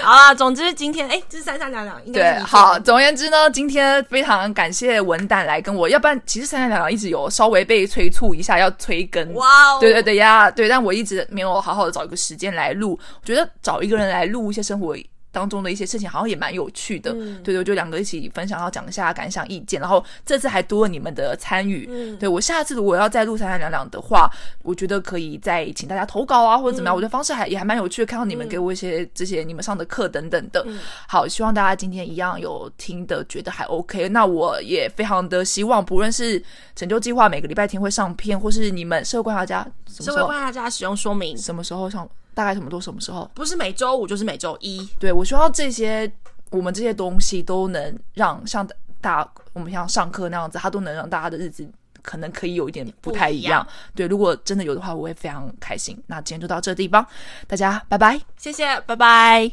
Speaker 2: 好啦，总之今天哎，这是三三两两，应该
Speaker 1: 对
Speaker 2: 是，你说的
Speaker 1: 好，总而言之呢，今天非常感谢文胆来跟我，要不然其实三三两两一直有稍微被催促一下要催更。
Speaker 2: 哇哦，
Speaker 1: 对对对呀，对，但我一直没有好好的找一个时间来录。我觉得找一个人来录一些生活当中的一些事情，好像也蛮有趣的。
Speaker 2: 嗯
Speaker 1: 对对，就两个一起分享，然后讲一下感想、意见，然后这次还多了你们的参与。
Speaker 2: 嗯
Speaker 1: 对我下次如果要再录三三两两的话，我觉得可以再请大家投稿啊，或者怎么
Speaker 2: 嗯
Speaker 1: 样。我觉得方式还也还蛮有趣的，看到你们给我一些这些你们上的课等等的。
Speaker 2: 嗯
Speaker 1: 好，希望大家今天一样有听的，觉得还 OK。那我也非常的希望，不论是拯救计划每个礼拜天会上片，或是你们社会观察家什么
Speaker 2: 社
Speaker 1: 时
Speaker 2: 会
Speaker 1: 候
Speaker 2: 观察家使用说明，
Speaker 1: 什么时候上，大概什么都什么时候。
Speaker 2: 不是每周五就是每周一。
Speaker 1: 对我希望这些我们这些东西都能让像大我们像上课那样子，它都能让大家的日子可能可以有一点不太一
Speaker 2: 不一样
Speaker 1: 对，如果真的有的话，我会非常开心。那今天就到这地方，大家拜拜。
Speaker 2: 谢谢，拜拜。